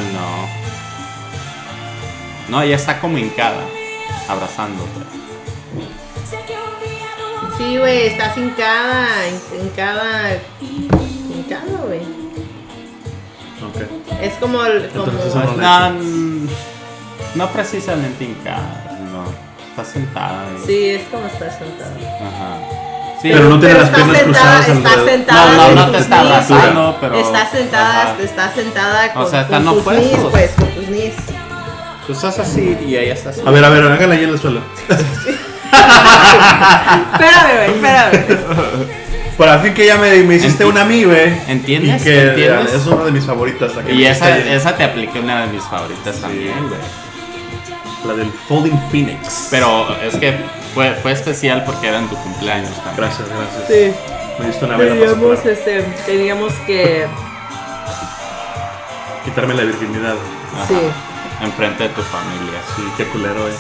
Speaker 1: no. No, ella está como hincada, abrazándote.
Speaker 2: Sí, güey, estás hincada, hin- hincada, hincada, güey.
Speaker 3: Ok.
Speaker 2: Es como, el- como
Speaker 3: Entonces, ah. eso no
Speaker 1: No, mm, no precisamente hincada, no. Está sentada. güey.
Speaker 2: sí, es como estar sentada.
Speaker 1: Ajá. Sí,
Speaker 3: Pero no tiene
Speaker 2: Pero
Speaker 3: las
Speaker 2: estás
Speaker 3: piernas
Speaker 2: sentada,
Speaker 3: cruzadas
Speaker 2: estás
Speaker 3: alrededor.
Speaker 2: sentada.
Speaker 1: No,
Speaker 2: con
Speaker 1: no, no te
Speaker 2: tus
Speaker 1: está
Speaker 2: knees,
Speaker 1: abrazando,
Speaker 2: güey.
Speaker 1: pero-
Speaker 2: Estás sentada,
Speaker 1: Ajá.
Speaker 2: estás sentada
Speaker 1: O
Speaker 2: con,
Speaker 1: sea,
Speaker 2: con
Speaker 1: están
Speaker 2: tus
Speaker 1: opuestos.
Speaker 2: knees, pues, con tus knees.
Speaker 1: Tú estás así y ella está así.
Speaker 3: A ver, a ver, háganla ahí en el suelo.
Speaker 2: Espérame, güey, espérame.
Speaker 3: Para fin que ya me, me hiciste
Speaker 1: Enti-
Speaker 3: una a mí, güey.
Speaker 1: ¿Entiendes?
Speaker 3: Y que
Speaker 1: ¿Entiendes?
Speaker 3: es una de mis favoritas. La que
Speaker 1: Y
Speaker 3: me
Speaker 1: esa,
Speaker 3: hiciste ayer.
Speaker 1: esa te apliqué una de mis favoritas también, güey.
Speaker 3: La del Folding Phoenix.
Speaker 1: Pero es que fue, fue especial porque era en tu cumpleaños también.
Speaker 3: Gracias, gracias.
Speaker 2: Sí.
Speaker 3: Me diste una vela para
Speaker 2: Teníamos,
Speaker 3: soplar.
Speaker 2: este, teníamos que...
Speaker 3: Quitarme la virginidad.
Speaker 1: Ajá.
Speaker 2: Sí,
Speaker 1: Enfrente de tu familia.
Speaker 3: Sí, qué culero, eh.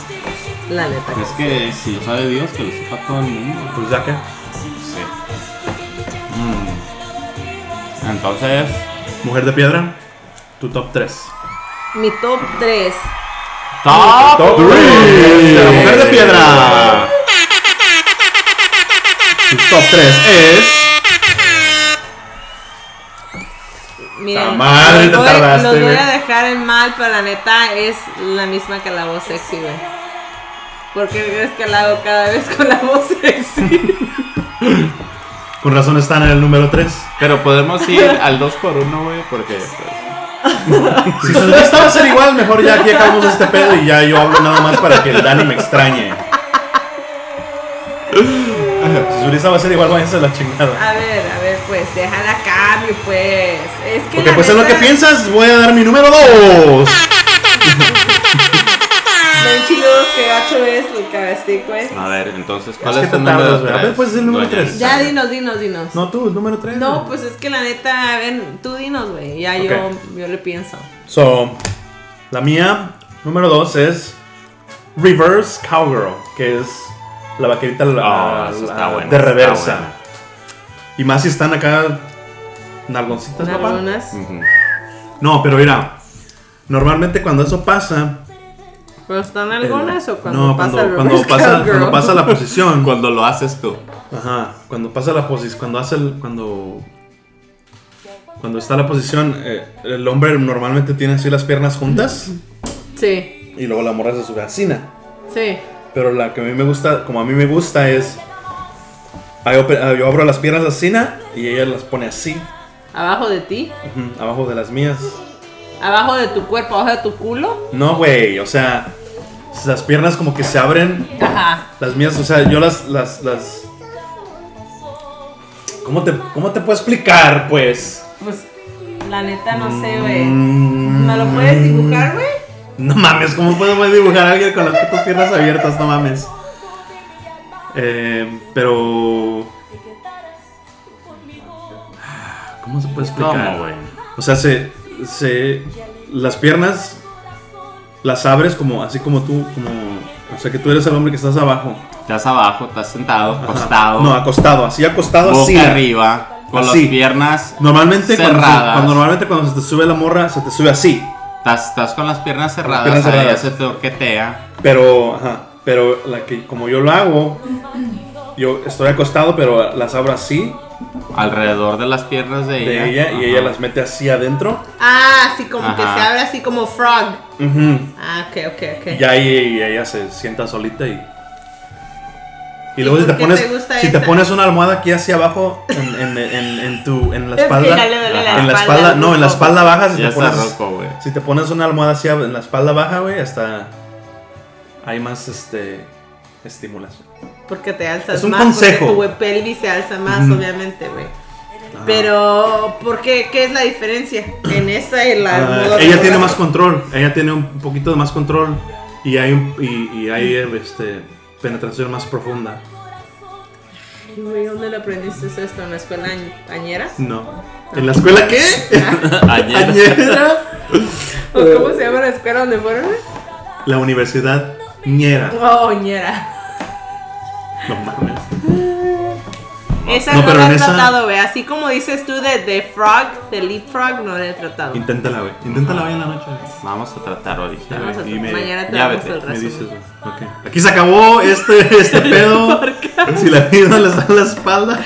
Speaker 2: la neta.
Speaker 1: Es que si lo sabe Dios, que lo sepa todo el mundo.
Speaker 3: Pues ya que.
Speaker 1: Sí. Mm. Entonces,
Speaker 3: Mujer de piedra, tu top 3.
Speaker 2: Mi top 3.
Speaker 1: top,
Speaker 3: De la mujer de piedra. Tu top 3 es.
Speaker 2: Miren,
Speaker 3: Ta madre, te
Speaker 2: los, voy,
Speaker 3: tardaste,
Speaker 2: los voy a
Speaker 3: güey.
Speaker 2: dejar en mal, pero la neta es la misma que la voz sexy, güey. ¿Por qué crees que la hago cada vez con la voz sexy?
Speaker 3: Con razón están en el número 3.
Speaker 1: Pero podemos ir al 2 por 1 güey, porque pues,
Speaker 3: Si sus listas va a ser igual, mejor ya aquí acabamos este pedo y ya yo hablo nada más para que el Dani me extrañe. Si su lista va a ser igual, váyanse a la chingada.
Speaker 2: a ver, a ver, pues, déjala cambio, pues. Es que
Speaker 3: Porque
Speaker 2: la
Speaker 3: pues es lo
Speaker 2: neta,
Speaker 3: que piensas, voy a dar mi número 2.
Speaker 2: Ven chidos que gacho es el cabestico, güey.
Speaker 1: A ver, entonces,
Speaker 3: Es
Speaker 1: ¿cuál
Speaker 3: que
Speaker 1: es tu
Speaker 3: te
Speaker 1: número
Speaker 3: tardas, ¿verdad?
Speaker 1: 3?
Speaker 3: Pues es el número tres.
Speaker 2: Ya dinos, dinos, dinos. No,
Speaker 3: No, tú, el número 3.
Speaker 2: pues es que la neta, a ver, tú dinos, güey. Ya yo, yo le pienso.
Speaker 3: So, la mía, número 2 es Reverse Cowgirl, que es la vaquerita la-
Speaker 1: Ah, eso
Speaker 3: la-
Speaker 1: está bueno,
Speaker 3: de
Speaker 1: está
Speaker 3: reversa.
Speaker 1: bueno.
Speaker 3: Y más si están acá nalgoncitas, papá.
Speaker 2: Algunas.
Speaker 1: Ujú.
Speaker 3: No, pero mira, normalmente cuando eso pasa,
Speaker 2: ¿Pero están algunas o Pues cuando
Speaker 3: no,
Speaker 2: pasa
Speaker 3: cuando,
Speaker 2: el
Speaker 3: cuando
Speaker 2: reverse
Speaker 3: pasa,
Speaker 2: cowgirl?
Speaker 3: cuando pasa la posición,
Speaker 1: Cuando lo haces tú.
Speaker 3: Ajá, cuando pasa la posición, cuando hace el, cuando, cuando está la posición, eh, el hombre normalmente tiene así las piernas juntas
Speaker 2: Sí,
Speaker 3: y luego la morra se sube a
Speaker 2: sí.
Speaker 3: Pero la que a mí me gusta, como a mí me gusta es Ahí ope- ah, yo abro las piernas así, na, y ella las pone así,
Speaker 2: Abajo de ti,
Speaker 3: ujú, abajo de las mías.
Speaker 2: abajo de tu cuerpo, abajo de tu culo.
Speaker 3: No, güey, o sea, las piernas como que se abren.
Speaker 2: Ajá.
Speaker 3: Las mías, o sea, yo las. las, las... ¿Cómo, te, ¿Cómo te puedo explicar, pues?
Speaker 2: Pues la neta no sé, güey.
Speaker 3: Mm.
Speaker 2: ¿Me lo puedes dibujar, güey?
Speaker 3: No mames, ¿cómo puedo voy a dibujar a alguien con las putas piernas abiertas? No mames. Eh, pero. ¿Cómo se puede explicar?
Speaker 1: ¿Cómo, güey?
Speaker 3: O sea, se, se. Las piernas las abres como así como tú, como. O sea, que tú eres el hombre que estás abajo.
Speaker 1: Estás abajo, estás sentado,
Speaker 3: Ajá.
Speaker 1: acostado,
Speaker 3: No, acostado, así acostado,
Speaker 1: boca
Speaker 3: así.
Speaker 1: arriba, con
Speaker 3: Así.
Speaker 1: las piernas.
Speaker 3: Normalmente cuando, se-
Speaker 1: Cerradas.
Speaker 3: cuando normalmente cuando se te sube la morra, se te sube así.
Speaker 1: Estás, estás con las piernas cerradas,
Speaker 3: piernas
Speaker 1: ahí
Speaker 3: cerradas.
Speaker 1: ya se te orquetea.
Speaker 3: Pero, ajá, pero la que como yo lo hago, yo estoy acostado, pero las abro así
Speaker 1: Alrededor de las piernas de ella.
Speaker 3: de ella y ella
Speaker 1: Ajá.
Speaker 3: las mete así adentro.
Speaker 2: Ah, así como que
Speaker 1: Ajá.
Speaker 2: se abre así como frog.
Speaker 3: Ujú.
Speaker 2: Ah, ok, ok, ok.
Speaker 3: Y ahí y ella se sienta solita y. Y
Speaker 2: ¿Y
Speaker 3: luego si
Speaker 2: por
Speaker 3: te
Speaker 2: qué
Speaker 3: pones
Speaker 2: te gusta
Speaker 3: si te
Speaker 2: esa?
Speaker 3: pones una almohada aquí hacia abajo en, en- en- en tu en la
Speaker 2: Es que
Speaker 3: espalda
Speaker 2: ya le duele
Speaker 1: la
Speaker 3: en la
Speaker 2: espalda,
Speaker 3: espalda no en la
Speaker 2: loco.
Speaker 3: espalda baja si
Speaker 1: Ya
Speaker 3: te
Speaker 1: está
Speaker 3: pones
Speaker 1: roco, güey.
Speaker 3: si te pones una almohada así en la espalda baja güey hasta hay más este estimulación
Speaker 2: Porque te alzas
Speaker 3: Es un
Speaker 2: más.
Speaker 3: consejo.
Speaker 2: Porque tu pelvis se alza más, obviamente, güey. Pero, ¿por qué? ¿Qué es la diferencia en esa y la
Speaker 3: Ah,
Speaker 2: almohada
Speaker 3: ella
Speaker 2: de
Speaker 3: tiene
Speaker 2: morra?
Speaker 3: más control, ella tiene un poquito de más control y hay, un- y, y hay este, penetración más profunda.
Speaker 2: Güey, ¿Dónde le aprendiste esto? ¿En la escuela añ- añera?
Speaker 3: No. ¿En la escuela qué?
Speaker 1: Ayer.
Speaker 3: Añera.
Speaker 2: ¿O
Speaker 3: Eh.
Speaker 2: cómo se llama la escuela donde fueron?
Speaker 3: La universidad ñera.
Speaker 2: Oh, añera.
Speaker 3: No mames.
Speaker 2: Esa
Speaker 3: Ah, No,
Speaker 2: no,
Speaker 3: pero
Speaker 2: la
Speaker 3: en
Speaker 2: he
Speaker 3: esa-
Speaker 2: tratado, güey. Así como dices tú de, de frog, de leapfrog, no la he tratado.
Speaker 3: Inténtala, güey. Inténtala hoy en la noche. güey.
Speaker 1: Vamos a tratar ahorita.
Speaker 2: Vamos a
Speaker 1: güey.
Speaker 3: y me-
Speaker 2: mañana te
Speaker 1: ya
Speaker 2: damos
Speaker 1: vete,
Speaker 2: el
Speaker 3: Me
Speaker 2: resumen.
Speaker 3: dices, güey. Ok. Aquí se acabó este, este pedo. Si la pierna le da la espalda.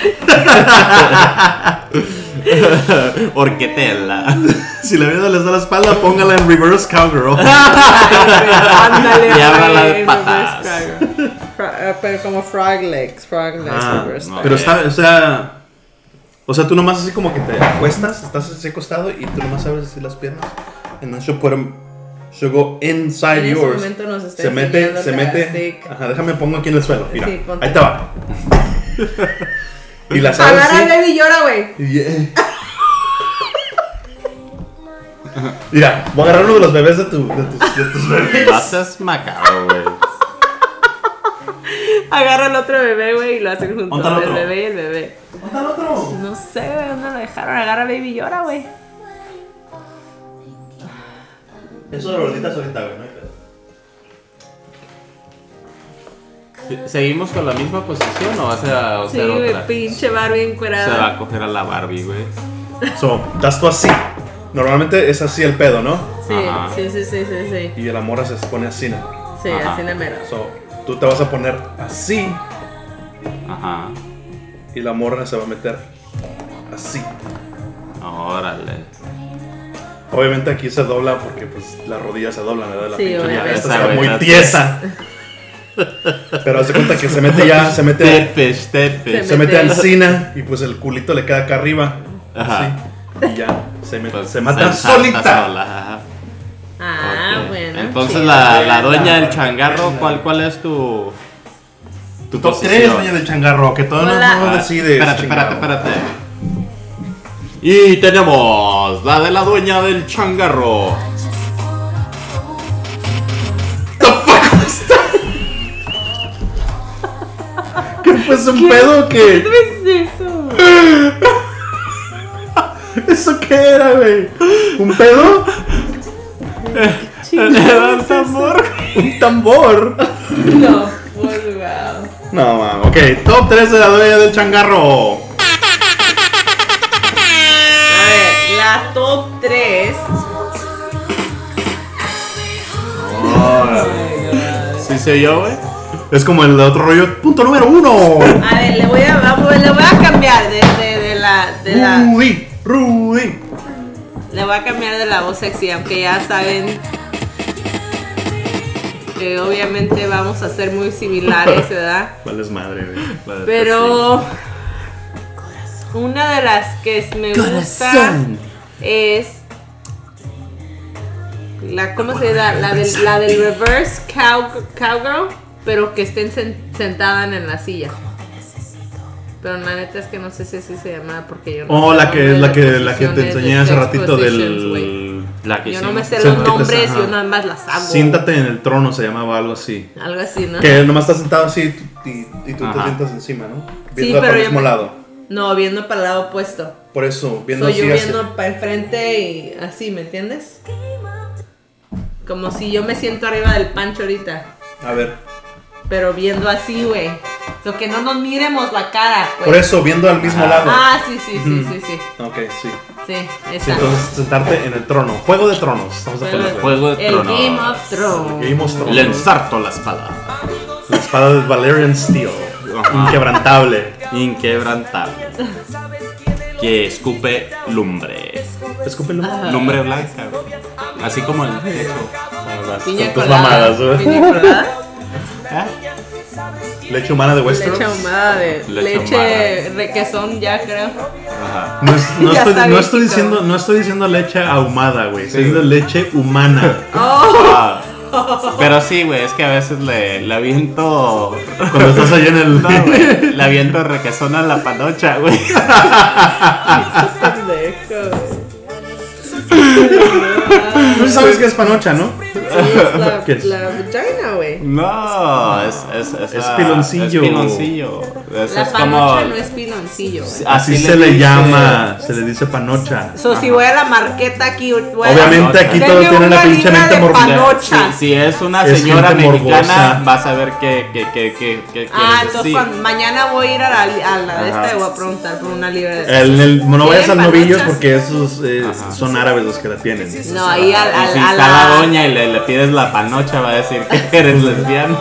Speaker 1: Orquetela.
Speaker 3: Si la pierna le da la espalda, póngala en reverse cowgirl.
Speaker 2: Ándale,
Speaker 1: Y abra las
Speaker 2: güey,
Speaker 1: patas.
Speaker 2: reverse frog. Fro- eh, Pero como frog legs, frog legs,
Speaker 3: Ah,
Speaker 2: reverse
Speaker 1: no.
Speaker 2: frog.
Speaker 3: Pero está, o sea. O sea, tú nomás así como que te acuestas, estás así acostado y tú nomás abres así las piernas. And then she'll put 'em- she'll go inside
Speaker 2: En ese
Speaker 3: yours.
Speaker 2: momento nos está
Speaker 3: se mete,
Speaker 2: enseñando
Speaker 3: se
Speaker 2: el
Speaker 3: mete. Ah,
Speaker 2: drastic.
Speaker 3: Ajá, déjame pongo aquí en el suelo. Mira,
Speaker 2: Sí, ponte.
Speaker 3: ahí te va. y las abres.
Speaker 2: Pues Agarra el
Speaker 3: así.
Speaker 2: baby llora, güey.
Speaker 3: Y- Mira, voy a agarrar uno de los bebés de, tu, de, tus, de tus bebés.
Speaker 1: Vas a macabro, güey.
Speaker 2: Agarra el otro bebé, güey, y lo hacen juntos.
Speaker 3: Ponte al
Speaker 2: El,
Speaker 3: otro.
Speaker 2: bebé y el bebé.
Speaker 3: ¿Dónde está el otro?
Speaker 2: No sé, güey, dónde lo dejaron. Agarra baby llora, güey.
Speaker 1: Pues
Speaker 3: Eso de gorditas ahorita, güey, no hay pedo.
Speaker 1: ¿Seguimos con la misma posición o vas a
Speaker 2: Sí,
Speaker 1: hacer otra?
Speaker 2: güey, pinche Barbie
Speaker 1: Se va
Speaker 2: encuerada.
Speaker 1: a coger a la Barbie, güey.
Speaker 3: So, estás tú así. Normalmente es así el pedo, ¿no?
Speaker 2: Sí,
Speaker 1: Ajá.
Speaker 2: sí, sí, sí, sí, sí.
Speaker 3: Y la morra se pone así, ¿no?
Speaker 2: Sí,
Speaker 1: Ajá.
Speaker 2: así la mera.
Speaker 3: So, tú te vas a poner así
Speaker 1: Ajá.
Speaker 3: y la morra se va a meter así.
Speaker 1: Órale.
Speaker 3: Obviamente aquí se dobla porque pues las rodillas se doblan, ¿verdad? La
Speaker 2: Sí,
Speaker 3: pinche
Speaker 2: obviamente.
Speaker 3: morra esta
Speaker 1: Esa,
Speaker 3: está
Speaker 1: güey,
Speaker 3: muy
Speaker 1: está-
Speaker 3: tiesa. Pero hace cuenta que se mete ya, se mete,
Speaker 1: Tepesh, tepesh.
Speaker 3: se mete
Speaker 2: mete.
Speaker 3: encina y pues el culito le queda acá arriba.
Speaker 1: Ajá.
Speaker 3: Así. Y ya, se, me-
Speaker 1: Pues,
Speaker 3: se mata
Speaker 1: salta
Speaker 3: solita.
Speaker 1: sola, ajá.
Speaker 2: Ah,
Speaker 1: Ok.
Speaker 2: bueno.
Speaker 1: Entonces
Speaker 2: chido.
Speaker 1: la, la
Speaker 3: Venga,
Speaker 1: dueña del
Speaker 3: venga.
Speaker 1: changarro, ¿cuál, cuál es tu, tu
Speaker 3: Top 3, dueña del changarro, que todo no,
Speaker 2: Hola.
Speaker 3: no decides.
Speaker 1: Espérate, espérate,
Speaker 3: chingado.
Speaker 1: espérate. Y tenemos la de la dueña del changarro.
Speaker 3: ¿Qué fue es pues, un pedo que.?
Speaker 2: ¿Qué es eso?
Speaker 3: ¿Eso qué era, güey? ¿Un pedo?
Speaker 2: Eh,
Speaker 1: Levanta amor.
Speaker 3: ¿Un tambor?
Speaker 2: No, pues, wow.
Speaker 3: No, mames. Ok, top 3 de la dueña del changarro.
Speaker 2: A ver, la top 3.
Speaker 1: Sí soy yo, güey.
Speaker 3: Es como el otro rollo. Punto número 1.
Speaker 2: A ver, le voy a, vamos, le voy a cambiar de, de, de la, de la,
Speaker 3: Rudy, Rudy.
Speaker 2: le voy a cambiar de la voz sexy, aunque ya saben que obviamente vamos a ser muy similares, ¿verdad?
Speaker 3: ¿Cuál es madre, güey?
Speaker 2: Pero Una de las que es- me gusta
Speaker 1: Corazón.
Speaker 2: es la ¿cómo se da? La del, la del reverse cow, cowgirl, pero que estén sen- sentadas en la silla. Pero la neta es que no sé si así se llama porque yo no
Speaker 3: Oh,
Speaker 2: sé
Speaker 3: la
Speaker 2: el
Speaker 3: que,
Speaker 2: nombre de
Speaker 3: la que,
Speaker 2: las
Speaker 3: la que te
Speaker 2: posiciones de
Speaker 3: enseñé hace
Speaker 2: sex
Speaker 3: ratito
Speaker 2: positions, güey.
Speaker 3: del.
Speaker 1: La que
Speaker 2: Yo no me sé
Speaker 3: Sí,
Speaker 2: los
Speaker 1: hicimos.
Speaker 3: que te-
Speaker 2: nombres,
Speaker 3: ajá.
Speaker 2: yo nada más las hago.
Speaker 3: Siéntate en el trono, se llamaba algo así.
Speaker 2: Algo así, ¿no?
Speaker 3: Que nomás estás sentado así y, y tú te
Speaker 1: Ajá.
Speaker 3: sientas encima, ¿no?
Speaker 2: Sí,
Speaker 3: Viendo para
Speaker 2: pero
Speaker 3: el
Speaker 2: yo
Speaker 3: mismo
Speaker 2: me-
Speaker 3: lado.
Speaker 2: No, viendo para el lado opuesto.
Speaker 3: Por eso, viendo
Speaker 2: Soy
Speaker 3: así
Speaker 2: yo
Speaker 3: hacia-
Speaker 2: viendo para enfrente y así, ¿me entiendes? Como si yo me siento arriba del pancho ahorita,
Speaker 3: A ver.
Speaker 2: Pues pero viendo así, güey. So que no nos miremos la cara, güey.
Speaker 3: Por eso, viendo al mismo
Speaker 1: Ajá.
Speaker 3: lado.
Speaker 2: Ah, sí, sí, sí,
Speaker 3: Ujú.
Speaker 2: sí, sí.
Speaker 3: Ok, sí.
Speaker 2: Sí,
Speaker 3: Sí,
Speaker 2: esa.
Speaker 3: entonces sentarte en el trono. Juego de tronos. Estamos de
Speaker 2: Juego
Speaker 3: acuerdo.
Speaker 2: de-
Speaker 3: güey.
Speaker 1: Juego de
Speaker 2: el
Speaker 1: Tronos.
Speaker 2: Game of Thrones.
Speaker 3: Game of Thrones.
Speaker 1: Le ensarto la espada.
Speaker 3: La espada de Valerian Steel. Ah.
Speaker 1: Ajá.
Speaker 3: Inquebrantable.
Speaker 1: Inquebrantable. Que escupe lumbre.
Speaker 3: Escúpelo.
Speaker 2: Ajá.
Speaker 1: Lumbre blanca. güey. Así como el techo.
Speaker 2: Piña
Speaker 3: Con tus
Speaker 2: colada,
Speaker 3: mamadas, güey.
Speaker 2: piña colada,
Speaker 1: ¿Eh?
Speaker 3: Leche humana de Westeros.
Speaker 2: Leche ahumada de
Speaker 1: Leche
Speaker 2: leche requesón ya creo.
Speaker 1: Ajá.
Speaker 3: No, es- no
Speaker 2: Ya
Speaker 3: estoy,
Speaker 2: está
Speaker 3: no,
Speaker 2: bien,
Speaker 3: estoy
Speaker 2: chico.
Speaker 3: diciendo, no estoy diciendo leche ahumada, güey. Estoy diciendo leche humana.
Speaker 2: Oh,
Speaker 1: Ah. Pero sí, güey, es que a veces le, le aviento.
Speaker 3: Cuando estás allá en el.
Speaker 1: No, güey. Le aviento requesón a la panocha, güey.
Speaker 2: pendejo.
Speaker 3: Tú sabes que es panocha, ¿no? ¿Qué
Speaker 2: Es
Speaker 3: es?
Speaker 2: la, la vagina, güey.
Speaker 1: No, es, es, es,
Speaker 3: Es piloncillo.
Speaker 1: Es piloncillo. Es,
Speaker 2: La
Speaker 1: es como.
Speaker 2: panocha no es piloncillo, güey.
Speaker 1: Así
Speaker 3: Así
Speaker 1: le
Speaker 3: se le
Speaker 1: dice.
Speaker 3: llama. Se le dice panocha.
Speaker 2: So, si voy a la marqueta aquí, voy a-
Speaker 3: Obviamente aquí
Speaker 2: Denme
Speaker 3: todo tiene una
Speaker 2: una
Speaker 3: pinche
Speaker 2: libra
Speaker 3: mente
Speaker 2: de
Speaker 1: O sea,
Speaker 3: morbida.
Speaker 2: pano- Panocha.
Speaker 1: Si, si es una
Speaker 3: Es
Speaker 1: señora
Speaker 3: gente morbosa.
Speaker 1: mexicana, vas a ver qué, qué, qué, qué, qué
Speaker 2: Ah,
Speaker 1: quieres
Speaker 2: entonces
Speaker 1: decir.
Speaker 2: cuando- mañana voy a ir a la, a la de
Speaker 1: Ajá.
Speaker 2: esta y voy a preguntar por una libra de.
Speaker 3: El, el- no vayas al
Speaker 2: ¿Quieren
Speaker 3: novillos
Speaker 2: panochas?
Speaker 3: porque esos eh,
Speaker 1: Ajá.
Speaker 3: son árabes los que la tienen.
Speaker 2: No, ahí al-
Speaker 1: Y
Speaker 2: al-
Speaker 1: si
Speaker 2: a,
Speaker 1: está la doña y le, le pides la panocha, va a decir que eres lesbiana.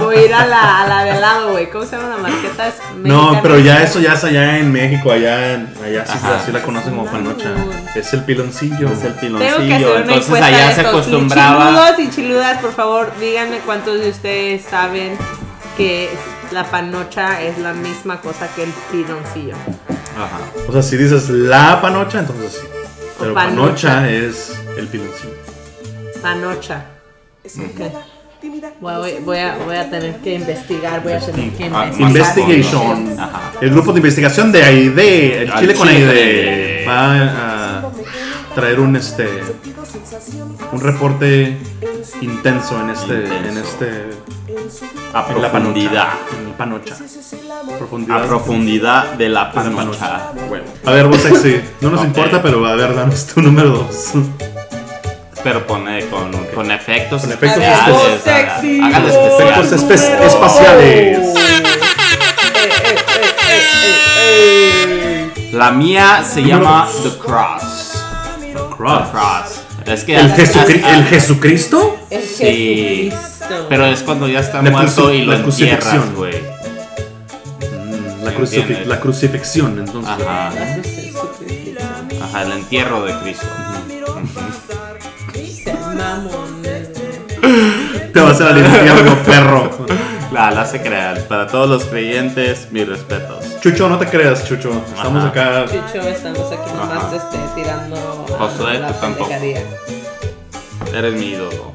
Speaker 2: Voy a ir a la, a la velado, güey. ¿Cómo se llama la marqueta? Es
Speaker 3: No,
Speaker 2: mexicana.
Speaker 3: pero ya eso ya es allá en México, allá, en- allá sí,
Speaker 1: Ajá.
Speaker 3: sí la conocen como panocha. Es el piloncillo.
Speaker 1: Es el piloncillo.
Speaker 2: Tengo que hacer una
Speaker 1: Entonces
Speaker 2: encuesta
Speaker 1: allá
Speaker 2: de
Speaker 1: se
Speaker 2: estos.
Speaker 1: acostumbraba.
Speaker 2: Chiludos y chiludas, por favor, díganme cuántos de ustedes saben que la panocha es la misma cosa que el piloncillo.
Speaker 1: Ajá.
Speaker 3: O sea, si dices la panocha, entonces sí.
Speaker 2: O
Speaker 3: Pero
Speaker 2: panocha.
Speaker 3: panocha es el piloncillo.
Speaker 2: Panocha. Voy, voy a, voy a tener que investigar, voy a tener que
Speaker 1: Ah,
Speaker 2: investigar.
Speaker 3: Investigation.
Speaker 1: Ajá.
Speaker 3: El grupo de investigación de AID, el
Speaker 1: Al
Speaker 3: Chile con
Speaker 1: Chile con
Speaker 3: AID,
Speaker 1: AID.
Speaker 3: va a traer un este un reporte intenso en este en
Speaker 1: Intenso.
Speaker 3: este
Speaker 1: A
Speaker 3: en la
Speaker 1: profundidad.
Speaker 3: panocha, en el panocha.
Speaker 1: A
Speaker 3: Profundidad.
Speaker 1: profundidad de la
Speaker 3: la
Speaker 1: panocha.
Speaker 3: A ver, vos sexy. No nos
Speaker 1: Ok.
Speaker 3: importa, pero a ver, danos tu número 2.
Speaker 1: Pero pone con, con efectos.
Speaker 3: Con efectos
Speaker 1: especiales,
Speaker 2: especiales.
Speaker 1: haga-
Speaker 2: Sexy,
Speaker 1: hágale
Speaker 2: con
Speaker 1: especial.
Speaker 3: Efectos espe- espaciales.
Speaker 1: La mía se
Speaker 3: Número
Speaker 1: llama
Speaker 3: dos.
Speaker 1: The Cross. The Cross. Es que
Speaker 3: ¿El,
Speaker 1: hasta-
Speaker 3: Jesucri-
Speaker 1: hasta-
Speaker 3: ¿El Jesucristo?
Speaker 2: El
Speaker 1: Sí.
Speaker 2: Jesucristo.
Speaker 1: Pero es cuando ya está
Speaker 3: La
Speaker 1: muerto
Speaker 3: cruci-
Speaker 1: y lo
Speaker 3: la
Speaker 1: entierras,
Speaker 3: crucifixión.
Speaker 1: güey.
Speaker 3: Mm, La,
Speaker 1: Sí,
Speaker 3: crucifi-
Speaker 1: entiendes.
Speaker 3: la crucifixión, entonces.
Speaker 1: Ajá.
Speaker 2: Jesucristo.
Speaker 1: Ajá, el entierro de Cristo.
Speaker 3: Te vas al infierno, perro.
Speaker 1: La, la se crean. Para todos los creyentes, mis respetos.
Speaker 3: Chucho, no te creas, Chucho. Estamos
Speaker 1: Ajá.
Speaker 3: acá.
Speaker 2: Chicho, estamos aquí nomás este, tirando a
Speaker 1: Josué,
Speaker 2: la
Speaker 1: tú tampoco.
Speaker 2: pendejaría.
Speaker 1: Eres mi ídolo.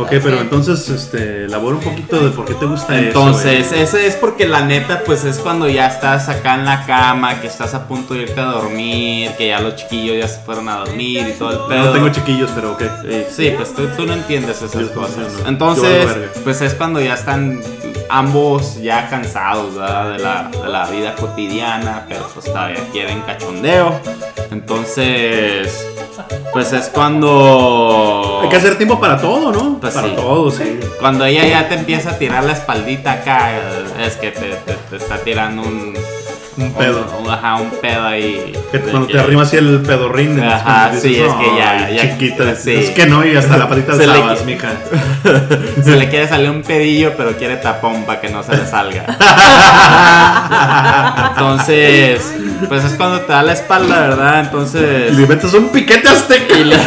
Speaker 3: Ok, pero entonces, este, elabora un poquito de por qué te gusta
Speaker 1: Entonces,
Speaker 3: eso.
Speaker 1: ese es porque la neta, pues es cuando ya estás acá en la cama, que estás a punto de irte a dormir, que ya los chiquillos ya se fueron a dormir y todo el
Speaker 3: güey.
Speaker 1: pedo.
Speaker 3: No tengo chiquillos, pero ok.
Speaker 1: Eh, Sí, pues tú, tú no entiendes esas
Speaker 3: Yo
Speaker 1: cosas.
Speaker 3: no, no. Yo
Speaker 1: Entonces,
Speaker 3: valgo verga.
Speaker 1: pues es cuando ya están ambos ya cansados ¿verdad? de la, de la vida cotidiana, pero pues todavía quieren cachondeo. Entonces, pues es cuando...
Speaker 3: Hay que hacer tiempo para todo, ¿no?
Speaker 1: Pues
Speaker 3: para
Speaker 1: sí.
Speaker 3: todo, sí.
Speaker 1: Cuando ella ya te empieza a tirar la espaldita acá, es que te, te- te está tirando un...
Speaker 3: Un pedo.
Speaker 1: Un, un- ajá, un pedo ahí.
Speaker 3: Que
Speaker 1: De
Speaker 3: cuando
Speaker 1: que-
Speaker 3: te arrima así el pedorrín.
Speaker 1: Ajá,
Speaker 3: entonces
Speaker 1: sí,
Speaker 3: dices,
Speaker 1: es que ya-
Speaker 3: "Ay,
Speaker 1: ya-
Speaker 3: Chiquita,
Speaker 1: sí.
Speaker 3: es que no, y hasta la patita
Speaker 1: Se
Speaker 3: de
Speaker 1: le
Speaker 3: sabas,
Speaker 1: qui-
Speaker 3: mija.
Speaker 1: Se le quiere salir un pedillo, pero quiere tapón para que no se le salga. Entonces, pues es cuando te da la espalda, ¿verdad?
Speaker 3: Y le
Speaker 1: Entonces.
Speaker 3: metes un piquete azteca.
Speaker 1: y le-